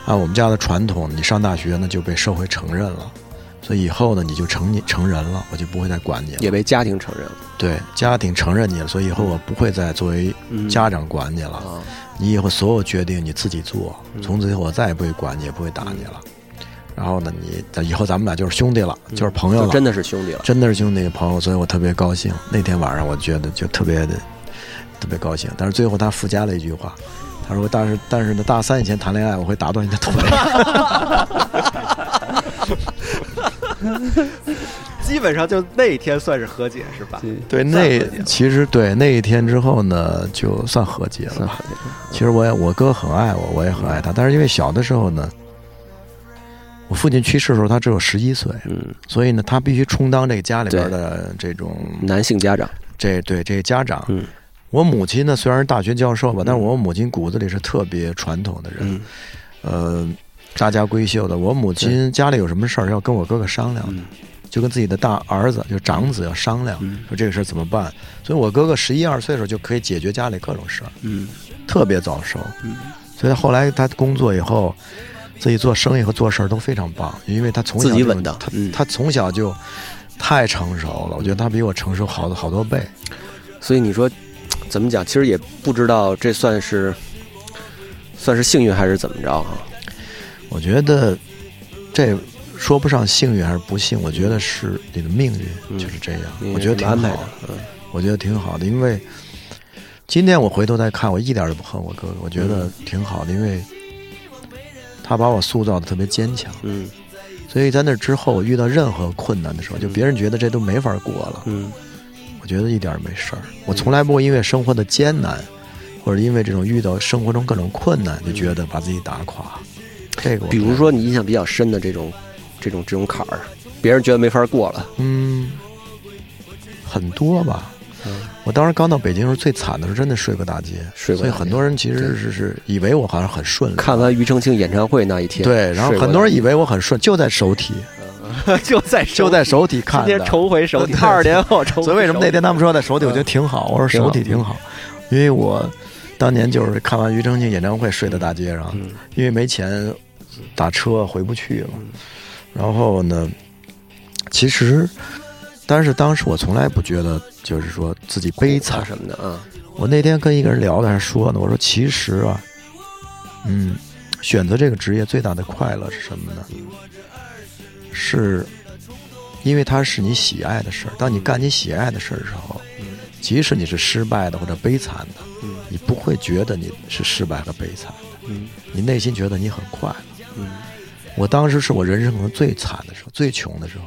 [SPEAKER 3] 按我们家的传统，你上大学呢就被社会承认了，所以以后呢你就成年成人了，我就不会再管你了。
[SPEAKER 1] 也被家庭承认了
[SPEAKER 3] 对，家庭承认你了，所以以后我不会再作为嗯家长管你了。
[SPEAKER 1] 啊，
[SPEAKER 3] 你以后所有决定你自己做，
[SPEAKER 1] 嗯
[SPEAKER 3] 从此以后我再也不会管你，也不会打你了。然后呢，你以后咱们俩就是兄弟了，就是朋友
[SPEAKER 1] 嗯就
[SPEAKER 3] 了，
[SPEAKER 1] 真的是兄弟了。
[SPEAKER 3] 真的是兄弟朋友，所以我特别高兴。那天晚上我觉得就特别的特别高兴，但是最后他附加了一句话，他说：“但是但是呢，大三以前谈恋爱我会打断你的腿。
[SPEAKER 1] 基本上就那天算是和解是吧？
[SPEAKER 5] 对，”
[SPEAKER 3] 对，
[SPEAKER 1] 那
[SPEAKER 3] 那其实对那一天之后呢，就算和解了吧。其实我也我哥很爱我，我也很爱他，但是因为小的时候呢，我父亲去世的时候他只有十一岁，
[SPEAKER 1] 嗯，
[SPEAKER 3] 所以呢，他必须充当这个家里边
[SPEAKER 1] 对
[SPEAKER 3] 的这种
[SPEAKER 1] 男性家长，
[SPEAKER 3] 这对这个家长，
[SPEAKER 1] 嗯
[SPEAKER 3] 我母亲呢虽然是大学教授吧，
[SPEAKER 1] 嗯
[SPEAKER 3] 但是我母亲骨子里是特别传统的人，呃，大家闺秀的。我母亲家里有什么事儿要跟我哥哥商量的，
[SPEAKER 5] 嗯
[SPEAKER 3] 就跟自己的大儿子，就长子要商量，
[SPEAKER 5] 嗯
[SPEAKER 3] 说这个事儿怎么办。所以我哥哥十一二岁的时候就可以解决家里各种事儿，
[SPEAKER 5] 嗯
[SPEAKER 3] 特别早熟。
[SPEAKER 5] 嗯
[SPEAKER 3] 所以他后来他工作以后，自己做生意和做事儿都非常棒，因为他从小
[SPEAKER 1] 自己
[SPEAKER 3] 就
[SPEAKER 1] 稳当
[SPEAKER 3] 他
[SPEAKER 1] 嗯
[SPEAKER 3] 他从小就太成熟了，我觉得他比我成熟好好多倍。
[SPEAKER 1] 所以你说怎么讲？其实也不知道这算是算是幸运还是怎么着啊？
[SPEAKER 3] 我觉得这说不上幸运还是不幸，我觉得是你的命
[SPEAKER 1] 嗯
[SPEAKER 3] 运就是这样。
[SPEAKER 1] 你
[SPEAKER 3] 我觉得挺
[SPEAKER 1] 安排
[SPEAKER 3] 好
[SPEAKER 1] 的，，嗯
[SPEAKER 3] 我觉得挺好的，因为今天我回头再看，我一点儿都不恨我哥哥，我觉
[SPEAKER 1] 嗯
[SPEAKER 3] 得挺好的，因为他把我塑造的特别坚强。
[SPEAKER 1] 嗯
[SPEAKER 3] 所以在那之后，我遇到任何困难的时候，就别人觉得这都没法过了，
[SPEAKER 1] 嗯
[SPEAKER 3] 我觉得一点儿没事儿。我从来不会因为生活的艰难，或者因为这种遇到生活中各种困难，就觉得把自己打垮。这个我，
[SPEAKER 1] 比如，说你印象比较深的这种这种这种坎儿，别人觉得没法过了，
[SPEAKER 3] 嗯，很多吧。我当时刚到北京的时候，最惨的是真的睡过大街，
[SPEAKER 1] 睡过
[SPEAKER 3] 所
[SPEAKER 1] 大街
[SPEAKER 3] 以很多人其实
[SPEAKER 1] 对
[SPEAKER 3] 是是以为我好像很顺利，
[SPEAKER 1] 看完庾澄庆演唱会那一天，
[SPEAKER 3] 对，然后很多人以为我很顺，就在首体，
[SPEAKER 1] 睡过 就在
[SPEAKER 3] 就在首体看
[SPEAKER 1] 今天
[SPEAKER 3] 的。
[SPEAKER 1] 重回首体，
[SPEAKER 3] 对
[SPEAKER 1] 二十年后重回首体。
[SPEAKER 3] 所以为什么那天他们说在首体，我觉得挺好，我说首体挺好，因为我当年就是看完庾澄庆演唱会睡在大街上，
[SPEAKER 1] 嗯
[SPEAKER 3] 因为没钱打车回不去了。然后呢，其实，但是当时我从来不觉得就是说自己悲惨
[SPEAKER 1] 啊，什么的啊？
[SPEAKER 3] 我那天跟一个人聊的还说呢，我说其实啊，嗯，选择这个职业最大的快乐是什么呢？是因为它是你喜爱的事儿。当你干你喜爱的事儿的时候，即使你是失败的或者悲惨的
[SPEAKER 1] 嗯，
[SPEAKER 3] 你不会觉得你是失败和悲惨的，
[SPEAKER 1] 嗯
[SPEAKER 3] 你内心觉得你很快乐。
[SPEAKER 1] 嗯，
[SPEAKER 3] 我当时是我人生可能最惨的时候，最穷的时候，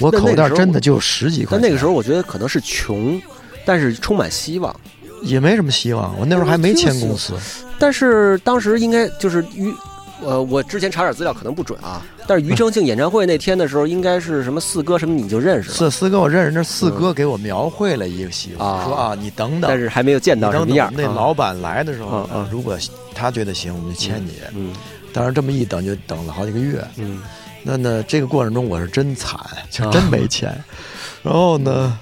[SPEAKER 3] 我
[SPEAKER 1] 那那
[SPEAKER 3] 口
[SPEAKER 1] 个
[SPEAKER 3] 袋
[SPEAKER 1] 时候
[SPEAKER 3] 真的就十几块
[SPEAKER 1] 但
[SPEAKER 3] 钱。
[SPEAKER 1] 那个时候我觉得可能是穷，但是充满希望。
[SPEAKER 3] 也没什么希望，我那时候还没签公司。
[SPEAKER 1] 但是当时应该就是于。呃，我之前查点资料可能不准啊，但是庾澄庆演唱会那天的时候，应该是什么四哥什么你就认识了，
[SPEAKER 3] 四四哥，我认识那四哥给我描绘了一个希
[SPEAKER 1] 嗯
[SPEAKER 3] 望，
[SPEAKER 1] 啊
[SPEAKER 3] 说啊，你等等，
[SPEAKER 1] 但是还没有见
[SPEAKER 3] 你
[SPEAKER 1] 到什
[SPEAKER 3] 等
[SPEAKER 1] 么
[SPEAKER 3] 等
[SPEAKER 1] 样
[SPEAKER 3] 我
[SPEAKER 1] 儿。
[SPEAKER 3] 们那
[SPEAKER 1] 啊
[SPEAKER 3] 老板来的时候
[SPEAKER 1] 啊啊
[SPEAKER 3] 呢，如果他觉得行，我们就签你。
[SPEAKER 1] 嗯
[SPEAKER 3] 当然这么一等就等了好几个月。
[SPEAKER 1] 嗯
[SPEAKER 3] 那呢，这个过程中我是真惨，就
[SPEAKER 1] 啊
[SPEAKER 3] 真 没钱。然后呢，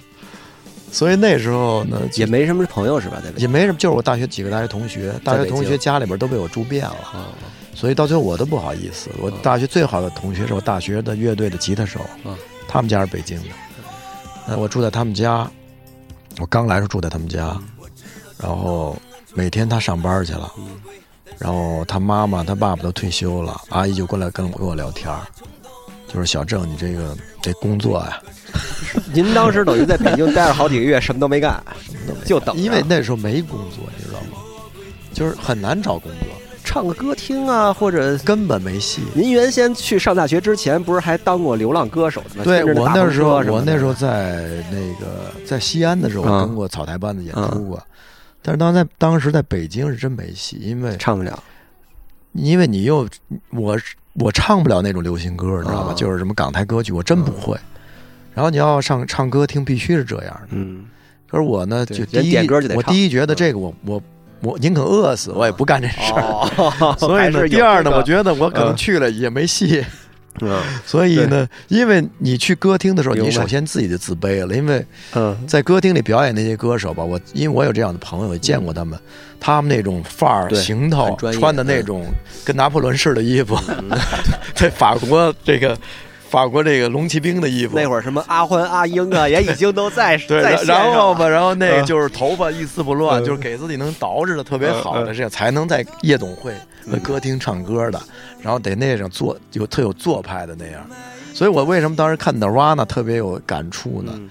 [SPEAKER 3] 所以那时候呢，就
[SPEAKER 1] 也没什么朋友是吧？在北
[SPEAKER 3] 也没什么，就是我大学几个大学同学，大学同
[SPEAKER 1] 在北京
[SPEAKER 3] 学家里边都被我住遍了，
[SPEAKER 1] 啊
[SPEAKER 3] 所以到最后我都不好意思。
[SPEAKER 1] 嗯
[SPEAKER 3] 我大学最好的同学是我大学的乐队的吉他手，
[SPEAKER 1] 啊
[SPEAKER 3] 他们家是北京的，
[SPEAKER 1] 嗯
[SPEAKER 3] 呃，我住在他们家，我刚来时候住在他们家，
[SPEAKER 1] 嗯
[SPEAKER 3] 然后每天他上班去了，
[SPEAKER 1] 嗯
[SPEAKER 3] 然后他妈妈、他爸爸都退休了，阿姨就过来跟我跟我聊天儿，就是小郑，你这个这工作呀、
[SPEAKER 1] 您当时等于在北京待了好几个月，什么都没 干，就等着，
[SPEAKER 3] 因为那时候没工作，你知道吗？就是很难找工作。
[SPEAKER 1] 唱个歌厅啊，或者
[SPEAKER 3] 根本没戏。
[SPEAKER 1] 您原先去上大学之前，不是还当过流浪歌手的吗？
[SPEAKER 3] 对
[SPEAKER 1] 跟着
[SPEAKER 3] 我
[SPEAKER 1] 大
[SPEAKER 3] 那
[SPEAKER 1] 风
[SPEAKER 3] 时候
[SPEAKER 1] 车，什么
[SPEAKER 3] 我
[SPEAKER 1] 的
[SPEAKER 3] 那时候在那个在西安的时候，
[SPEAKER 1] 嗯
[SPEAKER 3] 我跟过草台班子演出过，但是当在当时在北京是真没戏，因为
[SPEAKER 1] 唱不了，
[SPEAKER 3] 因为你又我我唱不了那种流行歌，你知道吧？
[SPEAKER 1] 嗯
[SPEAKER 3] 就是什么港台歌曲，我真不会。然后你要上唱歌听，必须是这样的。
[SPEAKER 1] 嗯，
[SPEAKER 3] 可是我呢，
[SPEAKER 1] 对
[SPEAKER 3] 就
[SPEAKER 1] 人
[SPEAKER 3] 第一
[SPEAKER 1] 点歌就得
[SPEAKER 3] 我
[SPEAKER 1] 唱嗯
[SPEAKER 3] 第一觉得这个我我我宁可饿死，我也不干这事儿。
[SPEAKER 1] 哦
[SPEAKER 3] 所以
[SPEAKER 1] 还是
[SPEAKER 3] 呢，
[SPEAKER 1] 有
[SPEAKER 3] 第二呢，
[SPEAKER 1] 这个
[SPEAKER 3] 我觉得我可能
[SPEAKER 1] 嗯
[SPEAKER 3] 去了也 没戏。
[SPEAKER 1] 嗯
[SPEAKER 3] 所以呢，因为你去歌厅的时候，
[SPEAKER 1] 明白
[SPEAKER 3] 你首先自己就自卑了，因为
[SPEAKER 1] 嗯，
[SPEAKER 3] 在歌厅里表演那些歌手吧，我因为我有这样的朋友，也见过他们，他们那种范儿、
[SPEAKER 1] 对
[SPEAKER 3] 行头
[SPEAKER 1] 很，专业嗯
[SPEAKER 3] 穿的那种跟拿破仑式的衣服， 在法国这个法国这个龙骑兵的衣服，
[SPEAKER 1] 那会儿什么阿欢、阿英啊，也已经都 在
[SPEAKER 3] 对，
[SPEAKER 1] 在
[SPEAKER 3] 然
[SPEAKER 1] 线
[SPEAKER 3] 然
[SPEAKER 1] 上
[SPEAKER 3] 后
[SPEAKER 1] 了
[SPEAKER 3] 吧，然后那个
[SPEAKER 1] 嗯
[SPEAKER 3] 就是头发一丝不乱，
[SPEAKER 1] 嗯
[SPEAKER 3] 就是给自己能捯饬的特别好
[SPEAKER 1] 嗯
[SPEAKER 3] 的，这样才能在夜总会、和
[SPEAKER 1] 嗯
[SPEAKER 3] 歌厅唱歌的，然后得那种做有特有做派的那样。所以我为什么当时看 Nirvana 特别有感触呢
[SPEAKER 1] 嗯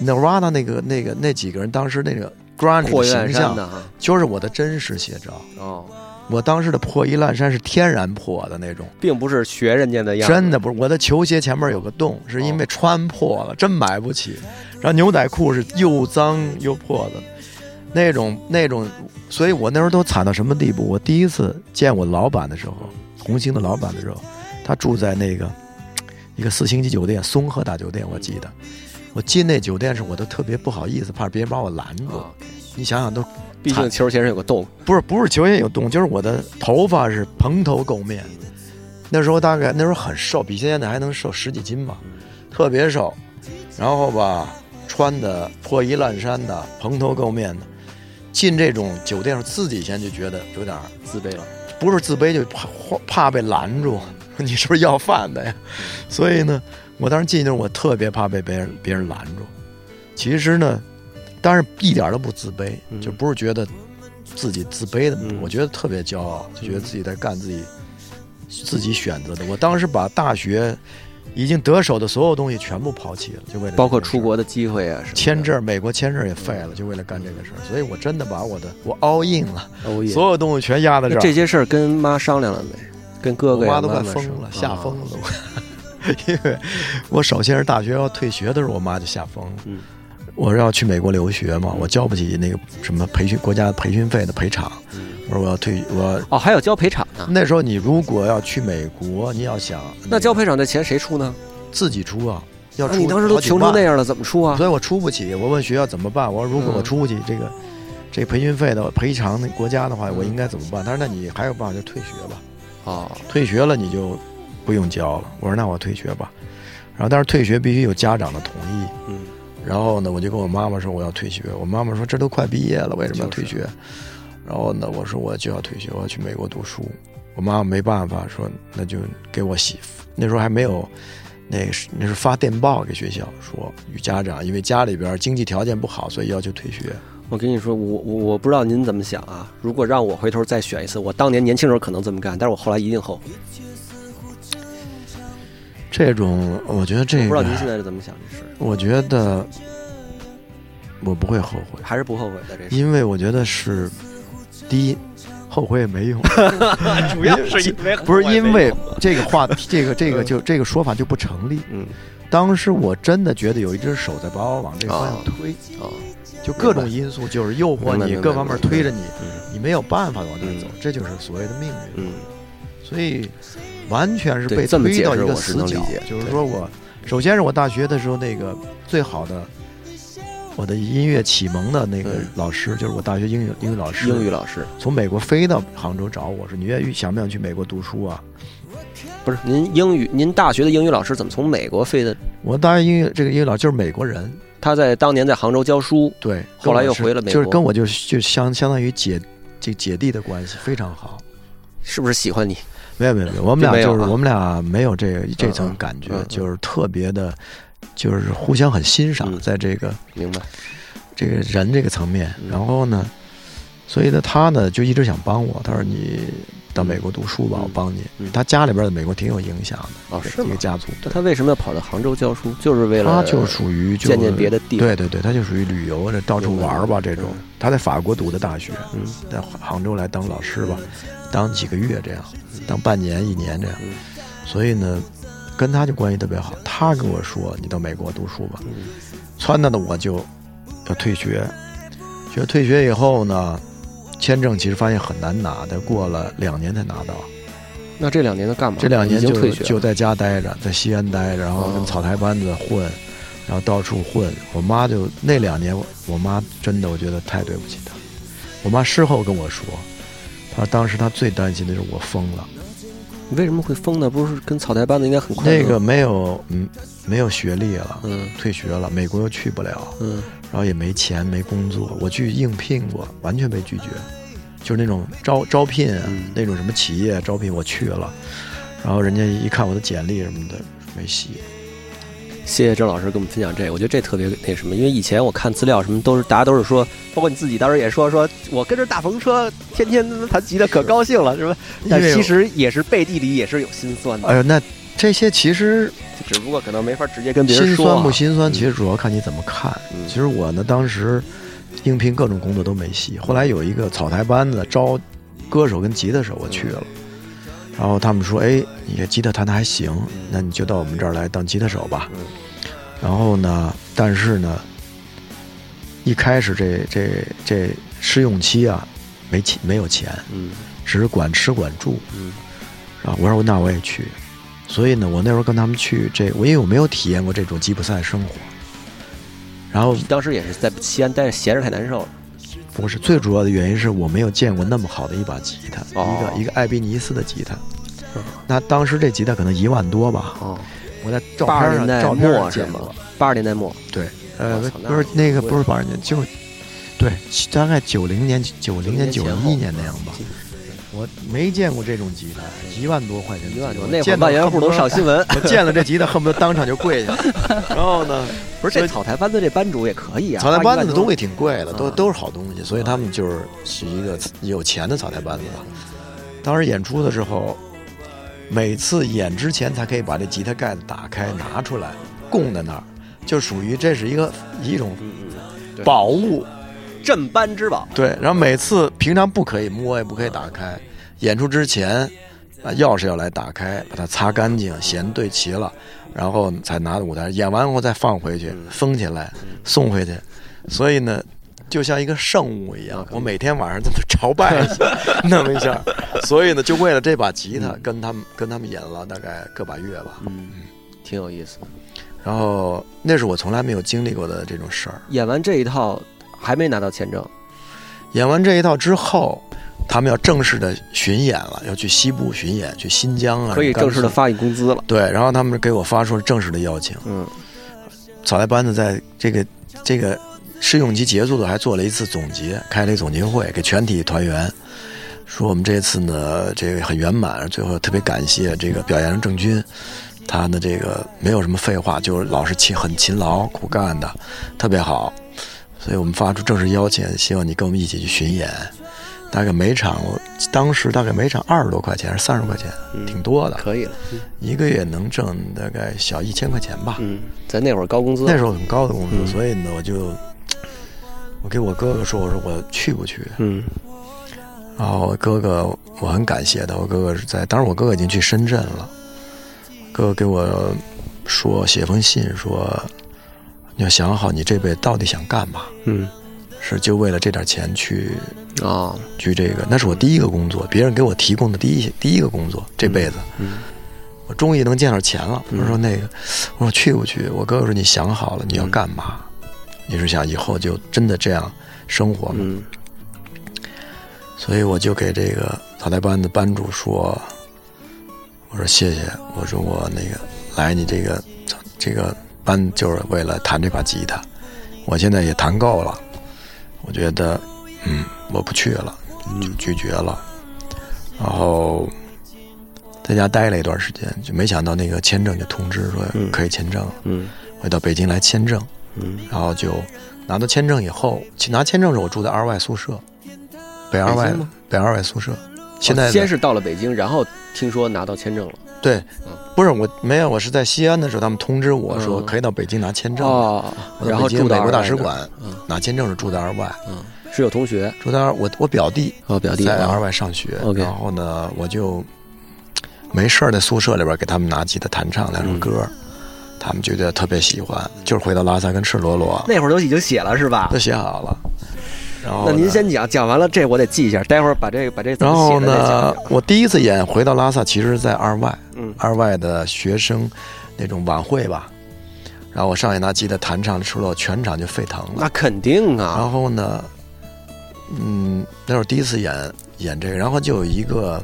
[SPEAKER 3] ？Nirvana 那个那个那几个人当时那个 grunge
[SPEAKER 1] 破
[SPEAKER 3] 的
[SPEAKER 1] 院
[SPEAKER 3] 形
[SPEAKER 1] 嗯山
[SPEAKER 3] 象，
[SPEAKER 1] 的哈，
[SPEAKER 3] 就是我的真实写照。
[SPEAKER 1] 哦，
[SPEAKER 3] 我当时的破衣烂衫是天然破的那种，
[SPEAKER 1] 并不是学人家的哦样子，
[SPEAKER 3] 真的不是我的球鞋前面有个洞，是因为穿破了，真买不起。然后牛仔裤是又脏 又破的，那种那种，所以我那时候都惨到什么地步？我第一次见我老板的时候，红星的老板的时候，他住在那个一个四星级酒店松鹤大酒店，我记得。我进那酒店时，我都特别不好意思，怕别人把我拦住。
[SPEAKER 1] 啊，
[SPEAKER 3] 你想想都，
[SPEAKER 1] 毕竟球鞋上有个洞，
[SPEAKER 3] 不是不是球鞋有洞，就是我的头发是蓬头垢面。那时候大概那时候很瘦，比现在还能瘦十几斤吧，特别瘦。然后吧，穿的破衣烂衫的，蓬头垢面的，进这种酒店时候自己先就觉得有点儿
[SPEAKER 1] 自卑了，
[SPEAKER 3] 不是自卑，就怕怕被拦住， 你是不是要饭的呀？所以呢，我当时进去的时候，我特别怕被别人别人拦住。其实呢，当然一点都不自卑，
[SPEAKER 1] 嗯
[SPEAKER 3] 就不是觉得自己自卑的，
[SPEAKER 1] 嗯
[SPEAKER 3] 我觉得特别骄傲，就觉得自己在干自己、自己选择的。我当时把大学已经得手的所有东西全部抛弃了，就为了
[SPEAKER 1] 包括
[SPEAKER 3] 这个事
[SPEAKER 1] 出
[SPEAKER 3] 儿
[SPEAKER 1] 国的机会啊，什么的
[SPEAKER 3] 签，证，美国签证也废了，就为了干这个事儿。所以我真的把我的我 all in 了，
[SPEAKER 1] 哦耶
[SPEAKER 3] 所有东西全压在这
[SPEAKER 1] 那
[SPEAKER 3] 儿。
[SPEAKER 1] 这些事儿跟妈商量了没？跟哥哥
[SPEAKER 3] 我
[SPEAKER 1] 呀
[SPEAKER 3] 妈都快
[SPEAKER 1] 妈妈
[SPEAKER 3] 疯
[SPEAKER 1] 商
[SPEAKER 3] 了，
[SPEAKER 1] 量
[SPEAKER 3] 吓疯了
[SPEAKER 1] 啊
[SPEAKER 3] 都。 因为我首先是大学要退学的时候，我妈就吓疯了。
[SPEAKER 1] 嗯
[SPEAKER 3] 我是要去美国留学嘛，我交不起那个什么培训国家培训费的赔偿。
[SPEAKER 1] 嗯
[SPEAKER 3] 我说我要退，我
[SPEAKER 1] 哦，还有交赔偿呢。
[SPEAKER 3] 那时候你如果要去美国，你要想
[SPEAKER 1] 那交
[SPEAKER 3] 赔
[SPEAKER 1] 赔偿的钱谁出呢？
[SPEAKER 3] 自己出啊，要出
[SPEAKER 1] 那你当时都
[SPEAKER 3] 好几
[SPEAKER 1] 穷成
[SPEAKER 3] 万
[SPEAKER 1] 那样了，怎么出啊
[SPEAKER 3] 所？以我出不起。我问学校怎么办？我说如果我
[SPEAKER 1] 嗯
[SPEAKER 3] 出不起这个这个培训费的赔偿的国家的话，我应该怎么办？他说那你还有办法，就退学吧。
[SPEAKER 1] 哦，
[SPEAKER 3] 退学了你就不用交了。我说那我退学吧。然后但是退学必须有家长的同意。
[SPEAKER 1] 嗯。
[SPEAKER 3] 然后呢，我就跟我妈妈说我要退学。我妈妈说这都快毕业了，为什么要退学？然后呢，我说我就要退学，我要去美国读书。我妈妈没办法，说那就给我媳妇。那时候还没有，那是那是发电报给学校说与家长，因为家里边经济条件不好，所以要求退学。
[SPEAKER 1] 我跟你说，我我我不知道您怎么想啊。如果让我回头再选一次，我当年年轻时候可能这么干，但是我后来一定后悔。
[SPEAKER 3] 这种我觉得这
[SPEAKER 1] 我不知道
[SPEAKER 3] 个，
[SPEAKER 1] 您现在是怎么想这事，
[SPEAKER 3] 我觉得我不会后悔。
[SPEAKER 1] 还是不后悔的这事。
[SPEAKER 3] 因为我觉得是第一，后悔也没 用，
[SPEAKER 1] 主
[SPEAKER 3] 要
[SPEAKER 1] 是因
[SPEAKER 2] 呃
[SPEAKER 1] 为
[SPEAKER 3] 不是因为这个话，这个这个就这个说法就不成立。
[SPEAKER 1] 嗯
[SPEAKER 3] 当时我真的觉得有一只手在把我往这个方向推，
[SPEAKER 1] 哦
[SPEAKER 3] 就各种因素就是诱惑
[SPEAKER 1] 明白
[SPEAKER 3] 你，
[SPEAKER 1] 明白
[SPEAKER 3] 各方面推着你，
[SPEAKER 1] 嗯
[SPEAKER 3] 你没有办法往那儿走
[SPEAKER 1] 嗯，
[SPEAKER 3] 这就是所谓的命运。
[SPEAKER 1] 嗯
[SPEAKER 3] 所以完全是
[SPEAKER 1] 对
[SPEAKER 3] 被
[SPEAKER 1] 这么
[SPEAKER 3] 推到
[SPEAKER 1] 解释
[SPEAKER 3] 一个
[SPEAKER 1] 我是
[SPEAKER 3] 死
[SPEAKER 1] 能理
[SPEAKER 3] 角
[SPEAKER 1] 解，
[SPEAKER 3] 就是
[SPEAKER 1] 对
[SPEAKER 3] 说我首先是我大学的时候那个最好的。我的音乐启蒙的那个
[SPEAKER 1] 嗯
[SPEAKER 3] 老师，就是我大学英语英语老师，
[SPEAKER 1] 英语老师
[SPEAKER 3] 从美国飞到杭州找我说：“你愿意想不想去美国读书啊
[SPEAKER 1] 不是您英语，您大学的英语老师怎么从美国飞的？？”
[SPEAKER 3] 我当然英语这个英语老师就是美国人，
[SPEAKER 1] 他在当年在杭州教书，
[SPEAKER 3] 对，
[SPEAKER 1] 后来
[SPEAKER 3] 跟我
[SPEAKER 1] 又
[SPEAKER 3] 是
[SPEAKER 1] 回了美
[SPEAKER 3] 就是
[SPEAKER 1] 国
[SPEAKER 3] 跟我就就相相当于姐这姐弟的关系非常好。
[SPEAKER 1] 是不是喜欢你？
[SPEAKER 3] 没有没有没有，我们
[SPEAKER 1] 就没
[SPEAKER 3] 俩
[SPEAKER 1] 有
[SPEAKER 3] 就是
[SPEAKER 1] 啊
[SPEAKER 3] 我们俩没有这这
[SPEAKER 1] 嗯
[SPEAKER 3] 层感觉
[SPEAKER 1] 嗯嗯，
[SPEAKER 3] 就是特别的，就是互相很欣赏
[SPEAKER 1] 嗯，
[SPEAKER 3] 在这个
[SPEAKER 1] 明白？
[SPEAKER 3] 这个人这个层面
[SPEAKER 1] 嗯。
[SPEAKER 3] 然后呢，所以呢，他呢就一直想帮我，他说你到美国读书吧，
[SPEAKER 1] 嗯
[SPEAKER 3] 我帮你
[SPEAKER 1] 嗯。
[SPEAKER 3] 他家里边在美国挺有影响
[SPEAKER 1] 哦，
[SPEAKER 3] 的，
[SPEAKER 1] 是
[SPEAKER 3] 一
[SPEAKER 1] 吗
[SPEAKER 3] 个？家族。
[SPEAKER 1] 那他为什么要跑到杭州教书？就是为了
[SPEAKER 3] 他就属于就
[SPEAKER 1] 见见别的地方。
[SPEAKER 3] 对对对，他就属于旅游的，到处玩儿吧这种
[SPEAKER 1] 嗯。
[SPEAKER 3] 他在法国读的大学，
[SPEAKER 1] 嗯
[SPEAKER 3] 在杭州来当老师吧，当几个月这样，当半年一年这样
[SPEAKER 1] 嗯。
[SPEAKER 3] 所以呢，跟他就关系特别好。他跟我说：“你到美国读书吧。
[SPEAKER 1] 嗯”
[SPEAKER 3] 撺掇的我就要退学，学退学以后呢，签证其实发现很难拿的，过了两年才拿到。
[SPEAKER 1] 那这两年他干嘛？
[SPEAKER 3] 这两年
[SPEAKER 1] 已经
[SPEAKER 3] 就
[SPEAKER 1] 退学了，
[SPEAKER 3] 就在家待着，在西安待着，然后
[SPEAKER 1] 哦
[SPEAKER 3] 跟草台班子混，然后到处混。我妈就那两年，我我妈真的我觉得太对不起她。我妈事后跟我说，她说当时她最担心的是我疯了，
[SPEAKER 1] 你为什么会疯呢？不是跟草台班子应该很快乐
[SPEAKER 3] 那个没有嗯没有学历了，
[SPEAKER 1] 嗯
[SPEAKER 3] 退学了，美国又去不了，
[SPEAKER 1] 嗯
[SPEAKER 3] 然后也没钱没工作，我去应聘过，完全被拒绝，就是那种招招聘啊、
[SPEAKER 1] 嗯
[SPEAKER 3] 那种什么企业招聘我去了，然后人家一看我的简历什么的没戏。
[SPEAKER 1] 谢谢郑老师跟我们分享这个，我觉得这特别那什么，因为以前我看资料什么都是大家都是说，包括你自己当时也说，说我跟着大篷车天天弹吉他可高兴了，是吧？但
[SPEAKER 3] 因为
[SPEAKER 1] 其实也是背地里也是有心酸的，
[SPEAKER 3] 哎呦，那这些其实
[SPEAKER 1] 只不过可能没法直接跟别人
[SPEAKER 3] 心
[SPEAKER 1] 说、啊。
[SPEAKER 3] 酸不心
[SPEAKER 1] 嗯
[SPEAKER 3] 酸，其实主要看你怎么看。
[SPEAKER 1] 嗯
[SPEAKER 3] 其实我呢，当时应聘各种工作都没戏，后来有一个草台班子招歌手跟吉他手，我去了。然后他们说：“哎，你这吉他弹的还行，那你就到我们这儿来当吉他手吧。”
[SPEAKER 1] 嗯
[SPEAKER 3] 然后呢，但是呢，一开始这这这试用期啊，没钱没有钱，
[SPEAKER 1] 嗯
[SPEAKER 3] 只是管吃管住。
[SPEAKER 1] 嗯
[SPEAKER 3] 啊，我说那我也去，所以呢，我那时候跟他们去这，我因为我没有体验过这种吉普赛生活，然后
[SPEAKER 1] 当时也是在西安待着闲着太难受了，
[SPEAKER 3] 不是最主要的原因是我没有见过那么好的一把吉他，
[SPEAKER 1] 哦嗯
[SPEAKER 3] 一个一个艾宾尼斯的吉他，那当时这吉他可能一万多吧，
[SPEAKER 1] 哦，
[SPEAKER 3] 我在照
[SPEAKER 1] 八十
[SPEAKER 3] 片
[SPEAKER 1] 年代
[SPEAKER 3] 上照片
[SPEAKER 1] 末
[SPEAKER 3] 上
[SPEAKER 1] 是
[SPEAKER 3] 见过
[SPEAKER 1] 吗，？八十年代末，
[SPEAKER 3] 对，呃
[SPEAKER 1] 我操，那
[SPEAKER 3] 不是那个
[SPEAKER 1] 我
[SPEAKER 3] 不是八十年，就是对，大概九零年、九零年、九
[SPEAKER 1] 前后
[SPEAKER 3] 一年那样吧。我没见过这种吉他，一万多块钱的吉
[SPEAKER 1] 一
[SPEAKER 3] 他，
[SPEAKER 1] 万多，
[SPEAKER 3] 我
[SPEAKER 1] 那会儿
[SPEAKER 3] 见到
[SPEAKER 1] 万元
[SPEAKER 3] 恨
[SPEAKER 1] 户
[SPEAKER 3] 不
[SPEAKER 1] 能
[SPEAKER 3] 得
[SPEAKER 1] 上新闻。
[SPEAKER 3] 我见了这吉他，恨不得当场就 跪下。然后呢，
[SPEAKER 1] 不是这草台班子这班主也可以啊，
[SPEAKER 3] 草台班子的东
[SPEAKER 1] 东
[SPEAKER 3] 西
[SPEAKER 1] 西
[SPEAKER 3] 挺贵的，都
[SPEAKER 1] 嗯
[SPEAKER 3] 都是好东西，所以他们就是是一个有钱的草台班子吧。当时演出的时候，每次演之前才可以把这吉他盖子打开拿出来，供在那儿，就属于这是一个一种
[SPEAKER 1] 嗯对
[SPEAKER 3] 宝物。
[SPEAKER 1] 镇班之宝，
[SPEAKER 3] 对，然后每次平常不可以摸，也不可以打开，演出之前。啊，钥匙要来打开，把它擦干净，弦对齐了，然后才拿到舞台。演完后再放回去，封起来，送回去。所以呢，就像一个圣物一样，我每天晚上这么朝拜一下，弄一下。所以呢，就为了嗯这把吉他，跟他们跟他们演了大概个把月吧。
[SPEAKER 1] 嗯挺有意思的。
[SPEAKER 3] 然后那是我从来没有经历过的这种事儿。
[SPEAKER 1] 演完这一套还没拿到签证，
[SPEAKER 3] 演完这一套之后，他们要正式的巡演了，要去西部巡演，去新疆啊，
[SPEAKER 1] 可以
[SPEAKER 3] 甘肃
[SPEAKER 1] 正式的发你工资了。
[SPEAKER 3] 对，然后他们给我发出了正式的邀请。
[SPEAKER 1] 嗯，
[SPEAKER 3] 草台班子在这个这个试用期结束的还做了一次总结，开了一总结会，给全体团员说我们这次呢这个很圆满，最后特别感谢这个表扬郑钧。他呢，这个没有什么废话，就是老是勤很勤劳苦干的，特别好。所以我们发出正式邀请，希望你跟我们一起去巡演。大概每场，我当时大概每场二十多块钱，还是三十块钱，挺多的。
[SPEAKER 1] 嗯可以了。
[SPEAKER 3] 一个月能挣大概小一千块钱吧。
[SPEAKER 1] 嗯，咱那会儿高工资，
[SPEAKER 3] 那时候很高的工资，
[SPEAKER 1] 嗯
[SPEAKER 3] 所以呢，我就我给我哥哥说，我说我去不去？
[SPEAKER 1] 嗯
[SPEAKER 3] 然后我哥哥，我很感谢他，我哥哥是在，当时我哥哥已经去深圳了。哥哥给我说写封信说，你要想好你这辈子到底想干嘛，
[SPEAKER 1] 嗯
[SPEAKER 3] 是就为了这点钱去
[SPEAKER 1] 哦，
[SPEAKER 3] 去这个，那是我第一个工作，别人给我提供的第一第一个工作，这辈子，
[SPEAKER 1] 嗯
[SPEAKER 3] 我终于能见着钱了。
[SPEAKER 1] 嗯嗯
[SPEAKER 3] 我说那个，我说去不去？我哥哥说你想好了你要干嘛？你是想以后就真的这样生活吗？
[SPEAKER 1] 嗯
[SPEAKER 3] 所以我就给这个草台班的班主说，我说谢谢，我说我那个来你这个这个班就是为了弹这把吉他，我现在也弹够了，我觉得嗯我不去了，
[SPEAKER 1] 嗯
[SPEAKER 3] 就拒绝了，然后在家待了一段时间，就没想到那个签证就通知说
[SPEAKER 1] 嗯
[SPEAKER 3] 可以签证，
[SPEAKER 1] 嗯
[SPEAKER 3] 我到北京来签证，
[SPEAKER 1] 嗯，
[SPEAKER 3] 然后就拿到签证以后，其拿签证时候我住在二外宿舍，北二
[SPEAKER 1] 北
[SPEAKER 3] 外
[SPEAKER 1] 京吗
[SPEAKER 3] 北二外宿舍。现在
[SPEAKER 1] 哦
[SPEAKER 3] 的、
[SPEAKER 1] 先是到了北京，然后听说拿到签证了。
[SPEAKER 3] 对
[SPEAKER 1] 嗯，
[SPEAKER 3] 不是我没有，我是在西安的时候，他们通知我说
[SPEAKER 1] 嗯
[SPEAKER 3] 可以到北京拿签证，
[SPEAKER 1] 哦，
[SPEAKER 3] 我在
[SPEAKER 1] 然后
[SPEAKER 3] 北
[SPEAKER 1] 住
[SPEAKER 3] 京
[SPEAKER 1] 到
[SPEAKER 3] 美国大
[SPEAKER 1] 二外
[SPEAKER 3] 使
[SPEAKER 1] 那儿，
[SPEAKER 3] 馆
[SPEAKER 1] 嗯
[SPEAKER 3] 拿签证是住在二外，
[SPEAKER 1] 嗯，是有同学
[SPEAKER 3] 住在二我我表弟
[SPEAKER 1] 哦，表弟
[SPEAKER 3] 在
[SPEAKER 1] 啊
[SPEAKER 3] 二外上学，
[SPEAKER 1] OK
[SPEAKER 3] 然后呢我就没事儿在宿舍里边给他们拿吉他弹唱两首歌，
[SPEAKER 1] 嗯
[SPEAKER 3] 他们觉得特别喜欢，就是回到拉萨跟赤裸裸
[SPEAKER 1] 那会儿都已经写了是吧
[SPEAKER 3] 都？写好了，然后
[SPEAKER 1] 那您
[SPEAKER 3] 呢
[SPEAKER 1] 先讲，讲完了这我得记一下，待会儿把这个把这怎
[SPEAKER 3] 哦然
[SPEAKER 1] 么
[SPEAKER 3] 后
[SPEAKER 1] 写的再讲
[SPEAKER 3] 呢
[SPEAKER 1] 讲。，
[SPEAKER 3] 我第一次演回到拉萨，其实是在二外，
[SPEAKER 1] 嗯
[SPEAKER 3] 二外的学生那种晚会吧。然后我上去拿吉他弹唱的时候，全场就沸腾了。
[SPEAKER 1] 那肯定啊，
[SPEAKER 3] 然后呢，嗯，那是我第一次演演这个，然后就有一个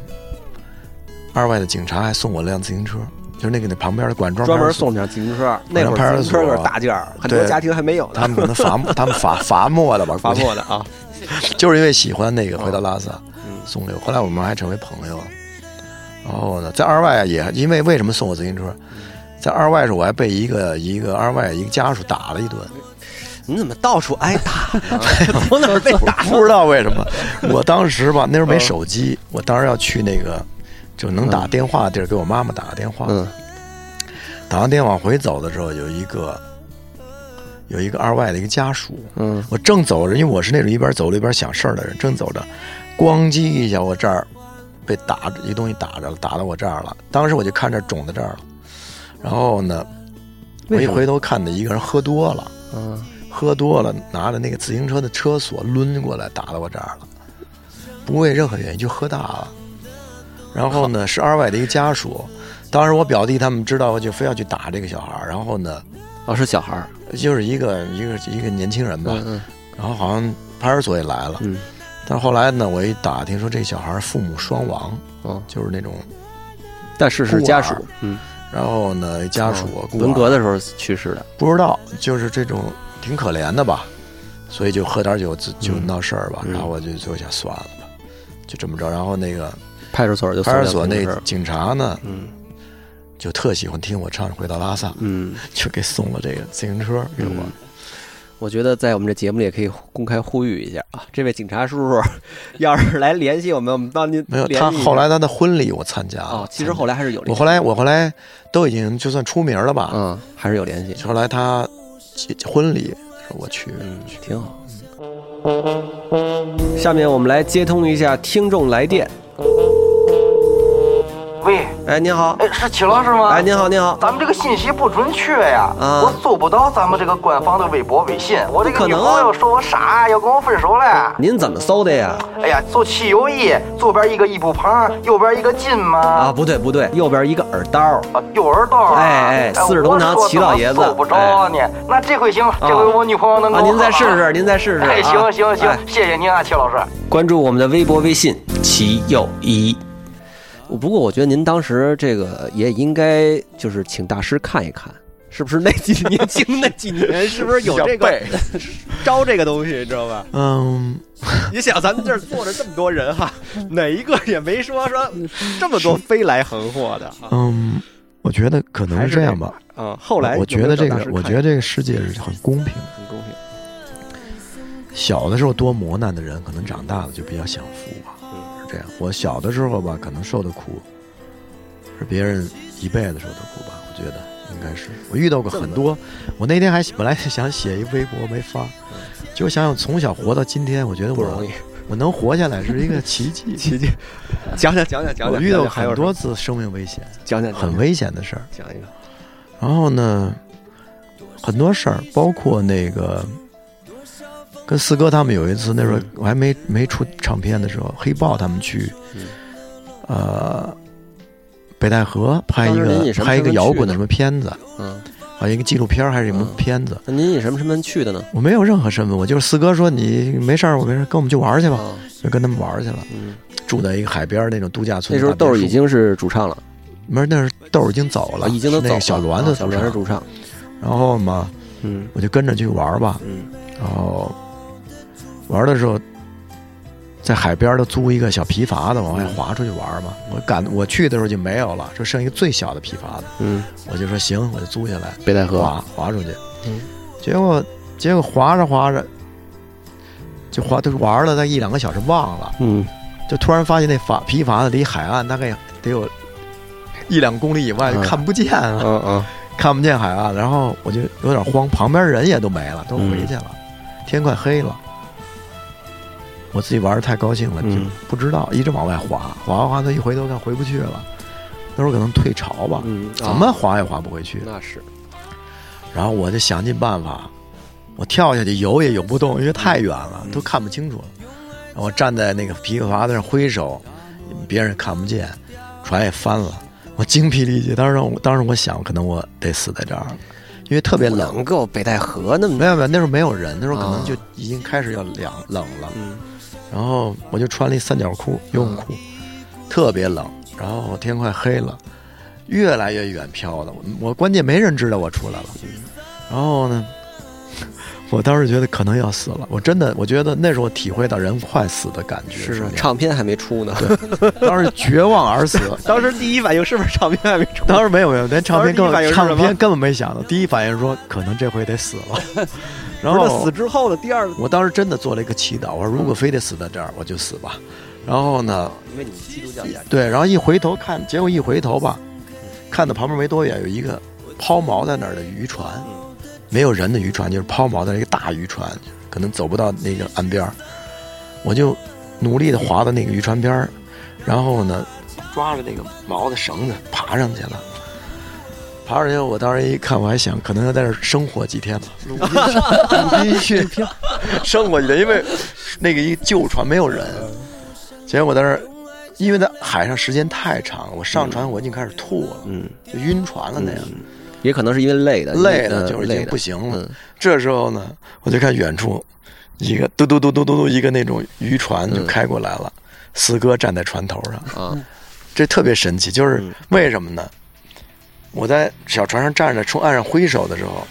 [SPEAKER 3] 二外的警察还送我辆自行车，就是那个那旁边的管庄
[SPEAKER 1] 专门
[SPEAKER 3] 派出所
[SPEAKER 1] 送点自行车。那会
[SPEAKER 3] 派
[SPEAKER 1] 儿
[SPEAKER 3] 出
[SPEAKER 1] 自行车可是
[SPEAKER 3] 所
[SPEAKER 1] 大件儿，很多
[SPEAKER 3] 对
[SPEAKER 1] 家庭还没有呢。
[SPEAKER 3] 他们可能罚 他们罚罚没了吧？
[SPEAKER 1] 发
[SPEAKER 3] 估计
[SPEAKER 1] 货的啊，
[SPEAKER 3] 就是因为喜欢那个回到拉萨，
[SPEAKER 1] 嗯
[SPEAKER 3] 送给我。后来我们还成为朋友。然后呢，在二外也因为为什么送我自行车，在二外时候我还被一个一个二外一个家属打了一顿，
[SPEAKER 1] 你嗯怎么到处挨打呢？
[SPEAKER 3] 嗯
[SPEAKER 1] 从哪儿被 打？
[SPEAKER 3] 不知道为什么。我当时吧，那时候没手机，我当时要去那个就能打电话的地儿给我妈妈打个电话。
[SPEAKER 1] 嗯
[SPEAKER 3] 打完电话回走的时候，有一个有一个二外的一个家属，
[SPEAKER 1] 嗯
[SPEAKER 3] 我正走着，因为我是那种一边走路一边想事儿的人，正走着，咣叽一下，我这儿被打一东西打着了，打到我这儿了。当时我就看这儿肿在这儿了，然后呢，我
[SPEAKER 1] 为
[SPEAKER 3] 一
[SPEAKER 1] 什么
[SPEAKER 3] 回头看见一个人喝多了，
[SPEAKER 1] 嗯，
[SPEAKER 3] 喝多了拿着那个自行车的车锁抡过来打到我这儿了，不为任何原因就喝大了。然后呢，是二外的一个家属，当时我表弟他们知道就非要去打这个小孩儿，然后呢，
[SPEAKER 1] 哦，是小孩儿，
[SPEAKER 3] 就是一个一个一个年轻人吧，
[SPEAKER 1] 嗯
[SPEAKER 3] 然后好像派出所也来了，
[SPEAKER 1] 嗯
[SPEAKER 3] 但是后来呢，我一打听说这小孩父母双亡，
[SPEAKER 1] 哦，
[SPEAKER 3] 就是那种，
[SPEAKER 1] 但是是家属，嗯，
[SPEAKER 3] 然后呢家属
[SPEAKER 1] 哦
[SPEAKER 3] 孤儿
[SPEAKER 1] 文革的时候去世的，
[SPEAKER 3] 不知道，就是这种挺可怜的吧，所以就喝点酒自就
[SPEAKER 1] 嗯
[SPEAKER 3] 闹事儿吧，
[SPEAKER 1] 嗯
[SPEAKER 3] 然后我就就想算了吧，就这么着。然后那个
[SPEAKER 1] 派出所就送
[SPEAKER 3] 派
[SPEAKER 1] 辆
[SPEAKER 3] 出所
[SPEAKER 1] 自
[SPEAKER 3] 那
[SPEAKER 1] 行车
[SPEAKER 3] 警察呢，
[SPEAKER 1] 嗯
[SPEAKER 3] 就特喜欢听我唱《回到拉萨》，
[SPEAKER 1] 嗯，
[SPEAKER 3] 就给送了这个自行车给我。
[SPEAKER 1] 嗯我觉得在我们这节目里也可以公开呼吁一下啊，这位警察叔 叔，要是来联系我们，我们帮您
[SPEAKER 3] 没有，
[SPEAKER 1] 联
[SPEAKER 3] 他
[SPEAKER 1] 系一下
[SPEAKER 3] 后来他的婚礼我参加了，
[SPEAKER 1] 哦，其实后来还是有
[SPEAKER 3] 我
[SPEAKER 1] 联系
[SPEAKER 3] 后，来我后来都已经就算出名了吧，
[SPEAKER 1] 嗯，还是有联系，
[SPEAKER 3] 后来他结婚礼说我去，
[SPEAKER 1] 嗯，挺好。下面我们来接通一下听众来电。
[SPEAKER 6] 喂，
[SPEAKER 1] 哎，您好，
[SPEAKER 6] 哎，是齐老师吗？
[SPEAKER 1] 哎，您好，您好，
[SPEAKER 6] 咱们这个信息不准确呀，
[SPEAKER 1] 啊
[SPEAKER 6] 我搜不到咱们这个官方的微博、微信。我这
[SPEAKER 1] 不
[SPEAKER 6] 个
[SPEAKER 1] 可
[SPEAKER 6] 女
[SPEAKER 1] 能啊
[SPEAKER 6] 朋友说我傻，要跟我分手了。
[SPEAKER 1] 您怎么搜的呀？
[SPEAKER 6] 哎呀，搜汽油一，左边一个一步旁，右边一个金嘛，
[SPEAKER 1] 啊，
[SPEAKER 6] 啊，
[SPEAKER 1] 不对不对，右边一个耳刀，
[SPEAKER 6] 右耳道啊。
[SPEAKER 1] 哎哎四十多囊
[SPEAKER 6] 我说
[SPEAKER 1] 齐老爷子哎
[SPEAKER 6] 怎么搜不着呢。那这回行了，这回我女朋友能
[SPEAKER 1] 啊，
[SPEAKER 6] 跟我
[SPEAKER 1] 您再
[SPEAKER 6] 好
[SPEAKER 1] 试
[SPEAKER 6] 了。
[SPEAKER 1] 试，您再试试。
[SPEAKER 6] 哎，
[SPEAKER 1] 啊
[SPEAKER 6] 行行行
[SPEAKER 1] 哎，
[SPEAKER 6] 谢谢您啊，齐老师。
[SPEAKER 1] 关注我们的微博、微信“齐又一”。不过我觉得您当时这个也应该就是请大师看一看，是不是那几年经那几年是不是有这个招这个东西，你知道吧？
[SPEAKER 3] 嗯，
[SPEAKER 1] 你想咱们这儿坐着这么多人哈，哪一个也没说说这么多飞来横祸的啊
[SPEAKER 3] 嗯，我觉得可能
[SPEAKER 1] 还
[SPEAKER 3] 是
[SPEAKER 1] 是
[SPEAKER 3] 这样吧。
[SPEAKER 1] 嗯？后来
[SPEAKER 3] 我觉得这个，我觉得
[SPEAKER 1] 得
[SPEAKER 3] 这个世界是很公平的。
[SPEAKER 1] 很公平，
[SPEAKER 3] 小的时候多磨难的人，可能长大了就比较享福吧。
[SPEAKER 1] 嗯
[SPEAKER 3] 是这样。我小的时候吧，可能受的苦是别人一辈子受的苦吧。我觉得应该是我遇到过很多。我那天还本来想写一微博没发，结果想想从小活到今天，我觉得
[SPEAKER 1] 嗯不
[SPEAKER 3] 我
[SPEAKER 1] 容易。
[SPEAKER 3] 我能活下来是一个奇 迹。
[SPEAKER 1] 奇迹，讲讲讲讲讲讲，
[SPEAKER 3] 我遇到
[SPEAKER 1] 还有
[SPEAKER 3] 很多次生命危险，
[SPEAKER 1] 讲讲
[SPEAKER 3] 很，危险的事儿。
[SPEAKER 1] 讲一个
[SPEAKER 3] 然后呢，很多事儿，包括那个跟四哥他们有一次，那时候
[SPEAKER 1] 嗯
[SPEAKER 3] 我还没没出唱片的时候，黑豹他们去
[SPEAKER 1] 嗯，
[SPEAKER 3] 呃，北戴河拍
[SPEAKER 1] 当
[SPEAKER 3] 一
[SPEAKER 1] 时您以
[SPEAKER 3] 个
[SPEAKER 1] 什么
[SPEAKER 3] 拍一个
[SPEAKER 1] 身份
[SPEAKER 3] 摇
[SPEAKER 1] 去
[SPEAKER 3] 滚的
[SPEAKER 1] 的
[SPEAKER 3] 什么片子，
[SPEAKER 1] 嗯。
[SPEAKER 3] 啊，一个纪录片儿还是什么
[SPEAKER 1] 嗯
[SPEAKER 3] 片子，
[SPEAKER 1] 那您以什么身份去的呢？
[SPEAKER 3] 我没有任何身份，我就是四哥说你没事儿，我没事儿，跟我们去玩儿去吧，
[SPEAKER 1] 啊，
[SPEAKER 3] 就跟他们玩儿去了，
[SPEAKER 1] 嗯，
[SPEAKER 3] 住在一个海边儿那种度假村
[SPEAKER 1] 那时
[SPEAKER 3] 的大别墅。
[SPEAKER 1] 候豆儿已经是主唱了，啊
[SPEAKER 3] 没事，那是豆儿已经走了，
[SPEAKER 1] 已经都走
[SPEAKER 3] 是那
[SPEAKER 1] 了
[SPEAKER 3] 个小栾子
[SPEAKER 1] 啊小栾是主
[SPEAKER 3] 出场
[SPEAKER 1] 唱，
[SPEAKER 3] 然后嘛，
[SPEAKER 1] 嗯
[SPEAKER 3] 我就跟着去玩儿吧，
[SPEAKER 1] 嗯
[SPEAKER 3] 然后玩的时候，在海边儿都租一个小皮筏子往外划出去玩儿嘛。我赶我去的时候就没有了，就剩一个最小的皮筏子，
[SPEAKER 1] 嗯，
[SPEAKER 3] 我就说行，我就租下来
[SPEAKER 1] 北戴河，
[SPEAKER 3] 划划出去
[SPEAKER 1] 嗯。
[SPEAKER 3] 结果结果划着划着，就划都玩了那一两个小时忘了，
[SPEAKER 1] 嗯，
[SPEAKER 3] 就突然发现那筏皮筏子离海岸大概得有一两公里以外就
[SPEAKER 1] 嗯
[SPEAKER 3] 看不见啊了。
[SPEAKER 1] 嗯嗯
[SPEAKER 3] 看不见海岸，然后我就有点慌，旁边人也都没了，都回去了，
[SPEAKER 1] 嗯
[SPEAKER 3] 天快黑了。我自己玩的太高兴了，就
[SPEAKER 1] 嗯
[SPEAKER 3] 不知道，一直往外滑，滑滑滑，他一回头看回不去了，那时候可能退潮吧，
[SPEAKER 1] 嗯，
[SPEAKER 3] 怎么滑也滑不回去。
[SPEAKER 1] 那是，
[SPEAKER 3] 然后我就想尽办法，我跳下去游也游不动，因为太远了，都看不清楚了。然后我站在那个皮筏子上挥手，别人看不见，船也翻了，我精疲力竭。当时我当时我想，可能我得死在这儿了，因为特别
[SPEAKER 1] 不
[SPEAKER 3] 冷。
[SPEAKER 1] 能够北戴河那
[SPEAKER 3] 没
[SPEAKER 1] 么，
[SPEAKER 3] 有没有，那时候没有人，那时候可能
[SPEAKER 1] 啊
[SPEAKER 3] 就已经开始要凉冷了。
[SPEAKER 1] 嗯
[SPEAKER 3] 然后我就穿了一三角裤、游泳裤，特别冷。然后天快黑了，越来越远飘了。我我关键没人知道我出来了。
[SPEAKER 1] 嗯
[SPEAKER 3] 然后呢，我当时觉得可能要死了。我真的，我觉得那时候体会到人快死的感觉
[SPEAKER 1] 是
[SPEAKER 3] 什么
[SPEAKER 1] 啊，
[SPEAKER 3] 样
[SPEAKER 1] 唱片还没出呢，
[SPEAKER 3] 当时绝望而死。
[SPEAKER 1] 当时第一反应是不是唱片还没出？
[SPEAKER 3] 当时没有没有，连唱片
[SPEAKER 1] 当时第一反应
[SPEAKER 3] 根本
[SPEAKER 1] 是
[SPEAKER 3] 唱
[SPEAKER 1] 什么
[SPEAKER 3] 片根本没想到，第一反应说可能这回得死 了。然后
[SPEAKER 1] 死之后的第二，
[SPEAKER 3] 我当时真的做了一个祈祷，我说如果非得死在这儿，我就死吧。然后呢，
[SPEAKER 1] 因为你是基督教家庭，
[SPEAKER 3] 对，然后一回头看，结果一回头吧，看到旁边没多远有一个抛锚在那儿的渔船，没有人的渔船，就是抛锚在一个大渔船，可能走不到那个岸边儿我就努力的划到那个渔船边儿然后呢，抓着那个锚的绳子爬上去了。爬上去，我当时一看，我还想可能要在这儿生活几天吧，鲁 滨逊生活几天，因为那个一旧船没有人。结果我在那儿，因为在海上时间太长了，我上船我已经开始吐了，
[SPEAKER 1] 嗯，
[SPEAKER 3] 就晕船了那样，
[SPEAKER 1] 也可能是因为累的，
[SPEAKER 3] 累
[SPEAKER 1] 的
[SPEAKER 3] 的就是已经不行了。
[SPEAKER 1] 嗯
[SPEAKER 3] 这时候呢，我就看远处一个嘟嘟嘟嘟嘟嘟一个那种渔船
[SPEAKER 1] 嗯
[SPEAKER 3] 就开过来了，四哥站在船头上，
[SPEAKER 1] 啊，
[SPEAKER 3] 这特别神奇，就是
[SPEAKER 1] 嗯
[SPEAKER 3] 为什么呢？我在小船上站着冲岸上挥手的时候，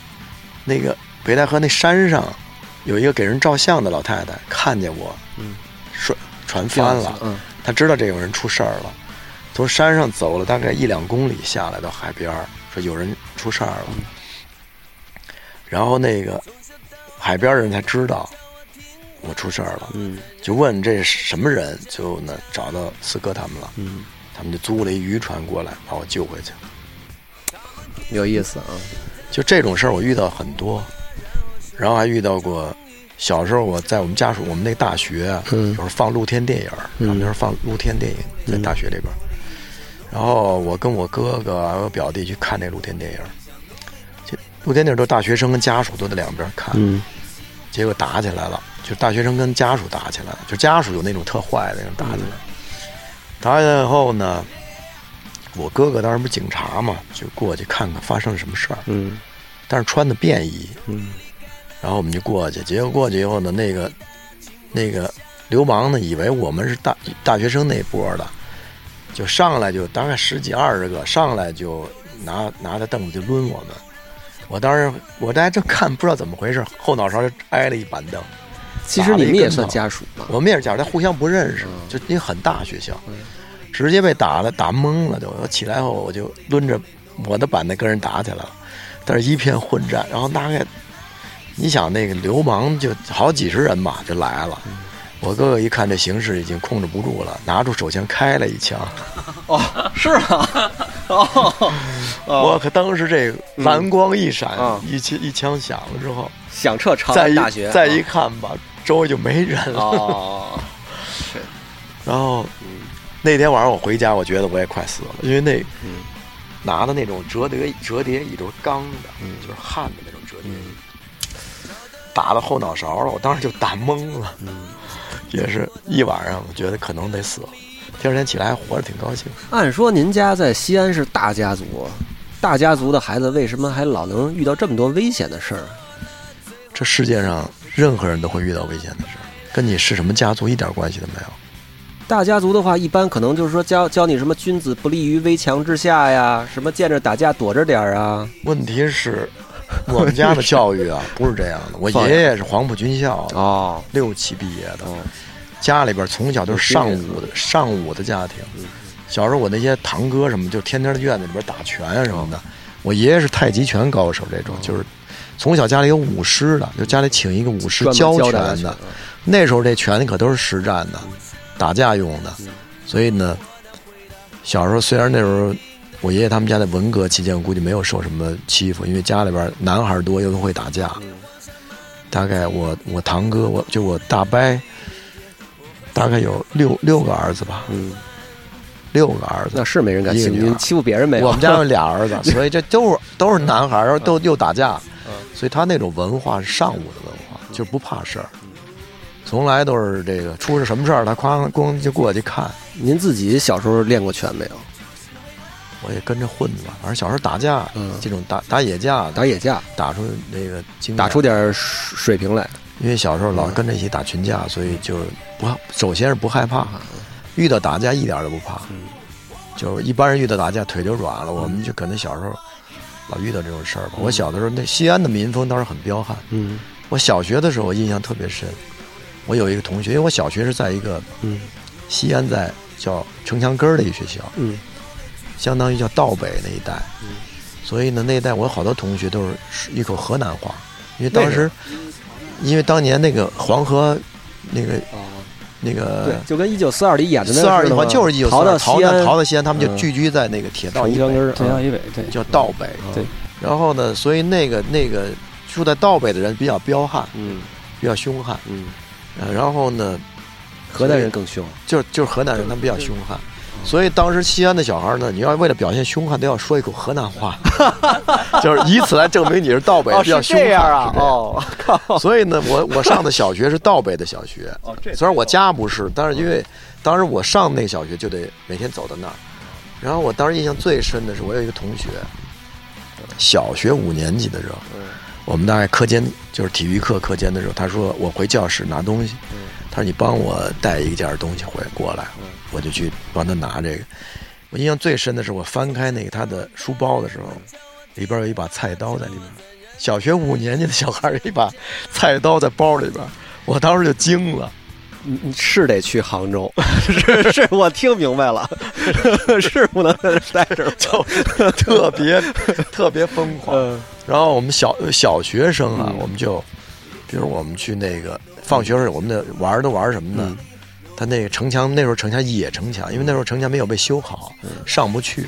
[SPEAKER 3] 那个北戴河那山上有一个给人照相的老太太看见我，
[SPEAKER 1] 嗯，
[SPEAKER 3] 船船翻
[SPEAKER 1] 这样
[SPEAKER 3] 了
[SPEAKER 1] 子，嗯，
[SPEAKER 3] 他知道这有人出事儿了，从山上走了大概一两公里下来到海边儿，说有人出事儿了。然后那个海边儿人才知道我出事儿了，
[SPEAKER 1] 嗯
[SPEAKER 3] 就问这是什么人，就呢找到四哥他们了，
[SPEAKER 1] 嗯，
[SPEAKER 3] 他们就租了一渔船过来把我救回去。
[SPEAKER 1] 有意思啊，
[SPEAKER 3] 就这种事儿我遇到很多，然后还遇到过。小时候我在我们家属我们那大学啊，
[SPEAKER 1] 嗯
[SPEAKER 3] 有时候放露天电影儿，我们那时候放露天电影在大学里边儿。然后我跟我哥哥还有表弟去看那露天电影，这露天电影都是大学生跟家属都在两边看，
[SPEAKER 1] 嗯
[SPEAKER 3] 结果打起来了，就大学生跟家属打起来了，就家属有那种特坏的那种打起来，
[SPEAKER 1] 嗯
[SPEAKER 3] 打起来以后呢，我哥哥当时不是警察嘛，就过去看看发生了什么事儿，
[SPEAKER 1] 嗯
[SPEAKER 3] 但是穿的便衣，
[SPEAKER 1] 嗯
[SPEAKER 3] 然后我们就过去，结果过去以后呢，那个那个流氓呢，以为我们是大大学生那波的，就上来就大概十几二十个，上来就拿拿着凳子就抡我们。我当时我大家正看不知道怎么回事，后脑勺就挨了一板凳。
[SPEAKER 1] 其实你们也算家属嘛，
[SPEAKER 3] 我们也是假如他互相不认识，
[SPEAKER 1] 嗯
[SPEAKER 3] 就因为很大学校，直接被打了，打懵了就。我起来后我就抡着我的板凳跟人打起来了，但是一片混战。然后大概你想那个流氓就好几十人吧，就来了。
[SPEAKER 1] 嗯
[SPEAKER 3] 我哥哥一看这形势已经控制不住了，拿出手枪开了一枪。
[SPEAKER 1] 是啊，哦，
[SPEAKER 3] 我可当时这个蓝光一闪，
[SPEAKER 1] 嗯
[SPEAKER 3] 一枪一枪响了之后，
[SPEAKER 1] 响彻长
[SPEAKER 3] 再
[SPEAKER 1] 安
[SPEAKER 3] 一
[SPEAKER 1] 大学，嗯
[SPEAKER 3] 再一看吧，周围就没人了。
[SPEAKER 1] 哦，
[SPEAKER 3] 然后嗯那天晚上我回家，我觉得我也快死了，因为那、拿的那种折叠折叠椅都是钢的，就是焊的那种折叠椅，打到后脑勺了，我当时就打懵了，也是一晚上，我觉得可能得死了。第二天起来还活着，挺高兴。
[SPEAKER 1] 按说您家在西安是大家族，大家族的孩子为什么还老能遇到这么多危险的事儿？
[SPEAKER 3] 这世界上任何人都会遇到危险的事儿，跟你是什么家族一点关系都没有。
[SPEAKER 1] 大家族的话，一般可能就是说教教你什么君子不立于危墙之下呀，什么见着打架躲着点儿啊。
[SPEAKER 3] 问题是，我们家的教育啊不是这样的。我
[SPEAKER 1] 放养
[SPEAKER 3] 爷爷是黄埔军校的，
[SPEAKER 1] 哦，
[SPEAKER 3] 六期毕业
[SPEAKER 1] 嗯
[SPEAKER 3] 的，家里边从小都是上武的上武的家庭。
[SPEAKER 1] 嗯
[SPEAKER 3] 小时候我那些堂哥什么，就天天在院子里边打拳啊什么的。
[SPEAKER 1] 嗯
[SPEAKER 3] 我爷爷是太极拳高手，这种就是从小家里有武师的，就家里请一个武师
[SPEAKER 1] 专门
[SPEAKER 3] 教
[SPEAKER 1] 教
[SPEAKER 3] 拳
[SPEAKER 1] 大家
[SPEAKER 3] 的
[SPEAKER 1] 拳。
[SPEAKER 3] 那时候这拳可都是实战的，打架用的。
[SPEAKER 1] 嗯
[SPEAKER 3] 所以呢，小时候虽然那时候我爷爷他们家在文革期间估计没有受什么欺负，因为家里边男孩多又会打架。大概我我堂哥我就我大伯，大概有六六个儿子吧，
[SPEAKER 1] 嗯，
[SPEAKER 3] 六个儿子
[SPEAKER 1] 那。是没人敢欺负
[SPEAKER 3] 一个女
[SPEAKER 1] 您，
[SPEAKER 3] 儿
[SPEAKER 1] 欺负别人没有？嗯
[SPEAKER 3] 我 们家有俩儿子，所以这都是都是男孩儿，然后都又打架，所以他那种文化是尚武的文化，
[SPEAKER 1] 嗯
[SPEAKER 3] 就不怕事儿，从来都是这个出了什么事儿，他哐咣就过去看。
[SPEAKER 1] 您自己小时候练过拳没有？
[SPEAKER 3] 我也跟着混吧，反正小时候打架，
[SPEAKER 1] 嗯
[SPEAKER 3] 这种打打野架，
[SPEAKER 1] 打野架，
[SPEAKER 3] 打出那个经验
[SPEAKER 1] 打出，点儿水平来。
[SPEAKER 3] 因为小时候老跟着一起打群架，所以就不怕首先是不害怕，遇到打架一点儿都不怕，就是一般人遇到打架腿就软了，我们就可能小时候老遇到这种事儿吧。我小的时候，那西安的民风当时很彪悍，
[SPEAKER 1] 嗯
[SPEAKER 3] 我小学的时候我印象特别深，我有一个同学，因为我小学是在一个
[SPEAKER 1] 嗯
[SPEAKER 3] 西安在叫城墙根儿的一个学校，
[SPEAKER 1] 嗯
[SPEAKER 3] 相当于叫道北那一带，所以呢，那一带我有好多同学都是一口河南话，因为当时，因为当年那个黄河，那个
[SPEAKER 1] 哦，
[SPEAKER 3] 那
[SPEAKER 1] 对
[SPEAKER 3] 个，
[SPEAKER 1] 就跟一九四二里演的那
[SPEAKER 3] 四二
[SPEAKER 1] 似
[SPEAKER 3] 一
[SPEAKER 1] 的嘛
[SPEAKER 3] 环就是一九四
[SPEAKER 1] 逃
[SPEAKER 3] 二
[SPEAKER 1] 到
[SPEAKER 3] 逃
[SPEAKER 1] 西
[SPEAKER 3] 到
[SPEAKER 1] 安，
[SPEAKER 3] 逃到西安，他们就
[SPEAKER 1] 嗯
[SPEAKER 3] 聚居在那个铁道
[SPEAKER 1] 城
[SPEAKER 3] 一
[SPEAKER 1] 墙根
[SPEAKER 3] 北，
[SPEAKER 1] 儿
[SPEAKER 5] 这
[SPEAKER 1] 啊
[SPEAKER 5] 样一尾，对，
[SPEAKER 3] 叫道北。
[SPEAKER 5] 对
[SPEAKER 3] 然后呢，所以那个那个住在道北的人比较彪悍，
[SPEAKER 1] 嗯
[SPEAKER 3] 比较凶悍，
[SPEAKER 1] 嗯，
[SPEAKER 3] 呃然后呢，
[SPEAKER 1] 河南人更凶。
[SPEAKER 3] 就是就是河南人，他们比较凶悍，所以当时西安的小孩呢，你要为了表现凶悍，都要说一口河南 话，就是以此来证明你哦是道北比较凶悍。是这样啊
[SPEAKER 1] 哦，
[SPEAKER 3] 所以呢，我我上的小学是道北的小学，虽然我家哦不是，但是因为当时我上那个小学就得每天走到那儿。然后我当时印象最深的是，我有一个同学，小学五年级的时候，我们大概课间就是体育课课间的时候，他说我回教室拿东西，他说你帮我带一件东西回过来，我就去帮他拿这个。我印象最深的是，我翻开那个他的书包的时候，里边有一把菜刀在里边。小学五年级的小孩儿一把菜刀在包里边儿，我当时就惊了。
[SPEAKER 1] 你是得去杭州， 是是，我听明白 了，是不能在这待着。
[SPEAKER 3] 就特别 特别疯狂。
[SPEAKER 1] 嗯
[SPEAKER 3] 然后我们小小学生啊，我们就，比如我们去那个放学时候，我们的玩儿都玩儿什么呢？
[SPEAKER 1] 嗯
[SPEAKER 3] 他那个城墙那时候城墙也城墙，因为那时候城墙没有被修好，
[SPEAKER 1] 嗯
[SPEAKER 3] 上不去。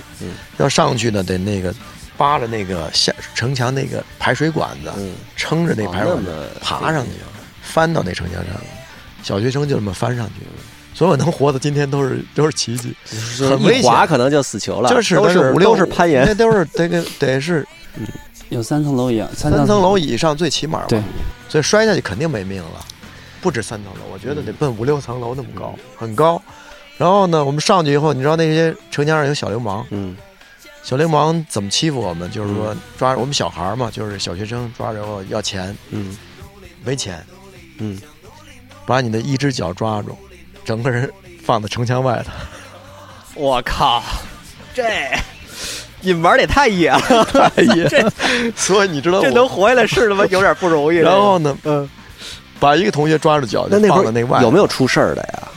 [SPEAKER 3] 要上去呢，得那个扒着那个下城墙那个排水管子，撑啊着那排水管
[SPEAKER 1] 嗯哦那么
[SPEAKER 3] 子爬上去，翻到那城墙上。小学生就这么翻上去，所有能活到今天都是都是奇迹，
[SPEAKER 1] 就是
[SPEAKER 3] 很危
[SPEAKER 1] 一滑
[SPEAKER 3] 险。
[SPEAKER 1] 可能就死球了，
[SPEAKER 3] 就是
[SPEAKER 1] 都
[SPEAKER 3] 是
[SPEAKER 1] 是
[SPEAKER 3] 五六
[SPEAKER 1] 都是攀岩
[SPEAKER 3] 那，都是得给得是
[SPEAKER 5] 有三层楼一样，三
[SPEAKER 3] 三层
[SPEAKER 5] 楼
[SPEAKER 3] 楼以上最起码嘛，
[SPEAKER 5] 对，
[SPEAKER 3] 所以摔下去肯定没命了，不止三层楼，我觉得得奔五六层楼那么高，
[SPEAKER 1] 嗯
[SPEAKER 3] 很高。然后呢，我们上去以后，你知道那些成年人有小流氓，
[SPEAKER 1] 嗯
[SPEAKER 3] 小流氓怎么欺负我们？就是说抓我们小孩儿嘛，就是小学生抓着我要钱，
[SPEAKER 1] 嗯
[SPEAKER 3] 没钱，
[SPEAKER 1] 嗯，
[SPEAKER 3] 把你的一只脚抓住，整个人放在城墙外头。
[SPEAKER 1] 我靠， 这你们玩的也太野了，
[SPEAKER 3] 哎呀，所以你知道
[SPEAKER 1] 这
[SPEAKER 3] 我
[SPEAKER 1] 能，活下来是他妈有点不容易。
[SPEAKER 3] 然后呢，
[SPEAKER 1] 嗯，
[SPEAKER 3] 把一个同学抓住脚
[SPEAKER 1] 那
[SPEAKER 3] 就
[SPEAKER 1] 那
[SPEAKER 3] 放
[SPEAKER 1] 会
[SPEAKER 3] 在
[SPEAKER 1] 儿
[SPEAKER 3] 那外头
[SPEAKER 1] 有没有出事儿的呀？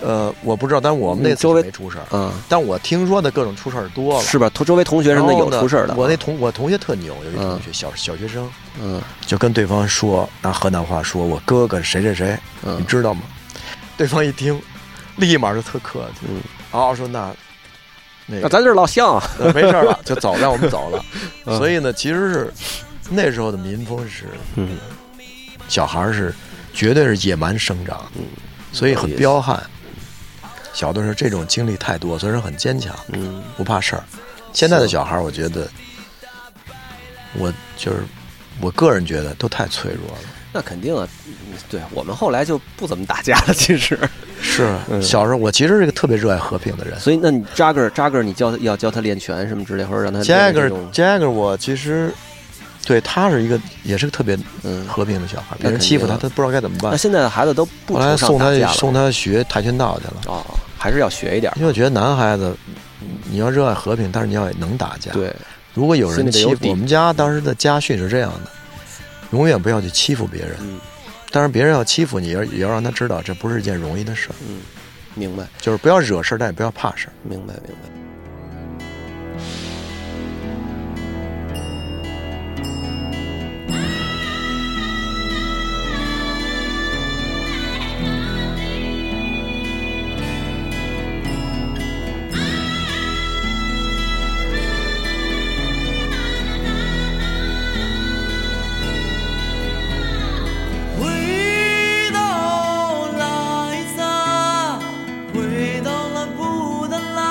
[SPEAKER 3] 呃，我不知道，但是我们那
[SPEAKER 1] 你
[SPEAKER 3] 次
[SPEAKER 1] 周围
[SPEAKER 3] 没出事儿，
[SPEAKER 1] 嗯，
[SPEAKER 3] 但我听说的各种出事儿多了。
[SPEAKER 1] 是吧？同周围同学什么的
[SPEAKER 3] 然后
[SPEAKER 1] 有
[SPEAKER 3] 呢
[SPEAKER 1] 出事儿的，啊
[SPEAKER 3] 我那同我同学特牛，有一
[SPEAKER 1] 嗯
[SPEAKER 3] 同学小小学生，
[SPEAKER 1] 嗯
[SPEAKER 3] 就跟对方说，拿河南话说，我哥哥谁谁谁，
[SPEAKER 1] 嗯
[SPEAKER 3] 你知道吗？对方一听，立马就特客气，
[SPEAKER 1] 嗯，
[SPEAKER 3] 然后说那那
[SPEAKER 1] 那
[SPEAKER 3] 个
[SPEAKER 1] 咱这是老乡 啊，
[SPEAKER 3] 呃那没事儿了，就走，让我们走了。
[SPEAKER 1] 嗯
[SPEAKER 3] 所以呢，其实是那时候的民风是，
[SPEAKER 1] 嗯
[SPEAKER 3] 小孩儿是绝对是野蛮生长，
[SPEAKER 1] 嗯
[SPEAKER 3] 所以很
[SPEAKER 1] 有意思
[SPEAKER 3] 彪悍。小的时候这种经历太多，所以说很坚强，
[SPEAKER 1] 嗯，
[SPEAKER 3] 不怕事儿。现在
[SPEAKER 1] 是
[SPEAKER 3] 的小孩儿，我觉得，我就是我个人觉得都太脆弱了。
[SPEAKER 1] 那肯定啊，对我们后来就不怎么打架了，其 实。
[SPEAKER 3] 是
[SPEAKER 1] 嗯
[SPEAKER 3] 小时候我其实是个特别热爱和平的人。
[SPEAKER 1] 所以，那你扎个扎个，你教他要教他练拳什么之类，或者让他
[SPEAKER 3] 杰
[SPEAKER 1] 练
[SPEAKER 3] 克
[SPEAKER 1] 这种，
[SPEAKER 3] 杰克，我其实对他是一个也是个特别
[SPEAKER 1] 嗯。
[SPEAKER 3] 和平的小孩，
[SPEAKER 1] 那
[SPEAKER 3] 别人
[SPEAKER 1] 肯
[SPEAKER 3] 欺负
[SPEAKER 1] 定
[SPEAKER 3] 他，
[SPEAKER 1] 啊
[SPEAKER 3] 他不知道该怎么
[SPEAKER 1] 那
[SPEAKER 3] 办。
[SPEAKER 1] 现在的孩子都不崇
[SPEAKER 3] 后来
[SPEAKER 1] 尚
[SPEAKER 3] 送
[SPEAKER 1] 打
[SPEAKER 3] 他
[SPEAKER 1] 架了
[SPEAKER 3] 送他学跆拳道去了，
[SPEAKER 1] 哦，还是要学一点儿。
[SPEAKER 3] 因为我觉得男孩子嗯你要热爱和平，但是你要也能打架。，
[SPEAKER 1] 对，
[SPEAKER 3] 如果有
[SPEAKER 1] 心
[SPEAKER 3] 人
[SPEAKER 1] 里得
[SPEAKER 3] 欺
[SPEAKER 1] 有
[SPEAKER 3] 负
[SPEAKER 1] 底
[SPEAKER 3] 我们家当时的家训是这样的，永远不要去欺负别人。
[SPEAKER 1] 嗯
[SPEAKER 3] 当然，别人要欺负你，也也要让他知道这不是一件容易的事儿，
[SPEAKER 1] 明白，
[SPEAKER 3] 就是不要惹事儿，但也不要怕事儿。
[SPEAKER 1] 明白，明白。
[SPEAKER 2] 回到拉萨，回到了布达拉。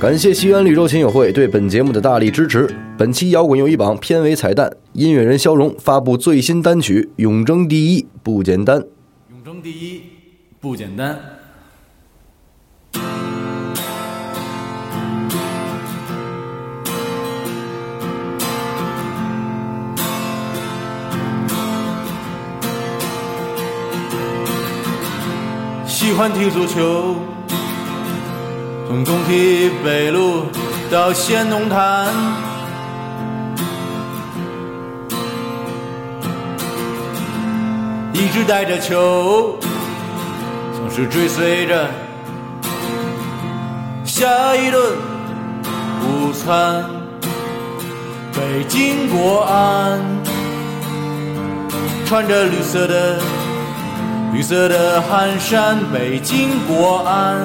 [SPEAKER 7] 感谢西安绿洲琴友会对本节目的大力支持。本期摇滚又一榜片尾彩蛋，音乐人肖荣发布最新单曲《永争第一》，不简单。
[SPEAKER 8] 永争第一不简单。喜欢踢足球，从工体北路到仙农坛，一直带着球，总是追随着下一顿午餐。北京国安穿着绿色的绿色的汗衫，北京国安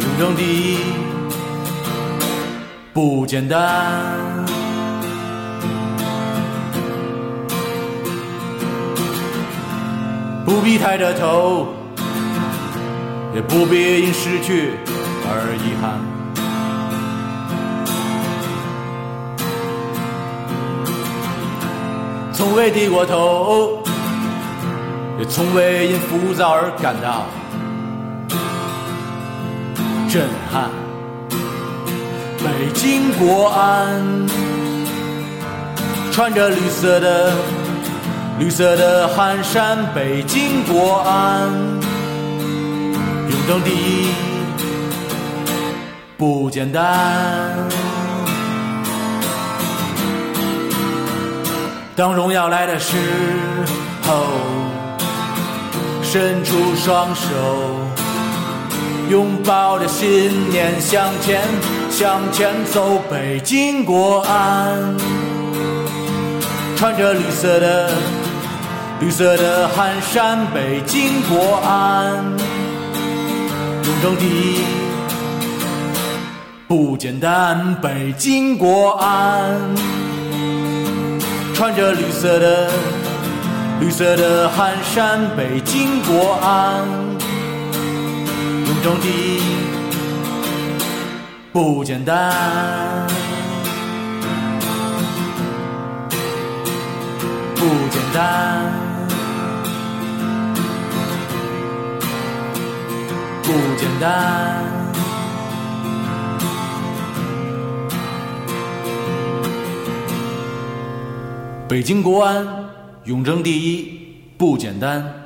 [SPEAKER 8] 永争第一不简单。不必抬着头，也不必因失去而遗憾。从未低过头，也从未因浮躁而感到震撼。北京国安，穿着绿色的绿色的汗衫，北京国安，永争第一不简单。当荣耀来的时候，伸出双手，拥抱着信念向前，向前走，北京国安。穿着绿色的绿色的汗衫，北京国安，永争第一不简单，北京国安，穿着绿色的绿色的汗衫，北京国安，永争第一不简单。不简单，不简单。北京国安永争第一，不简单。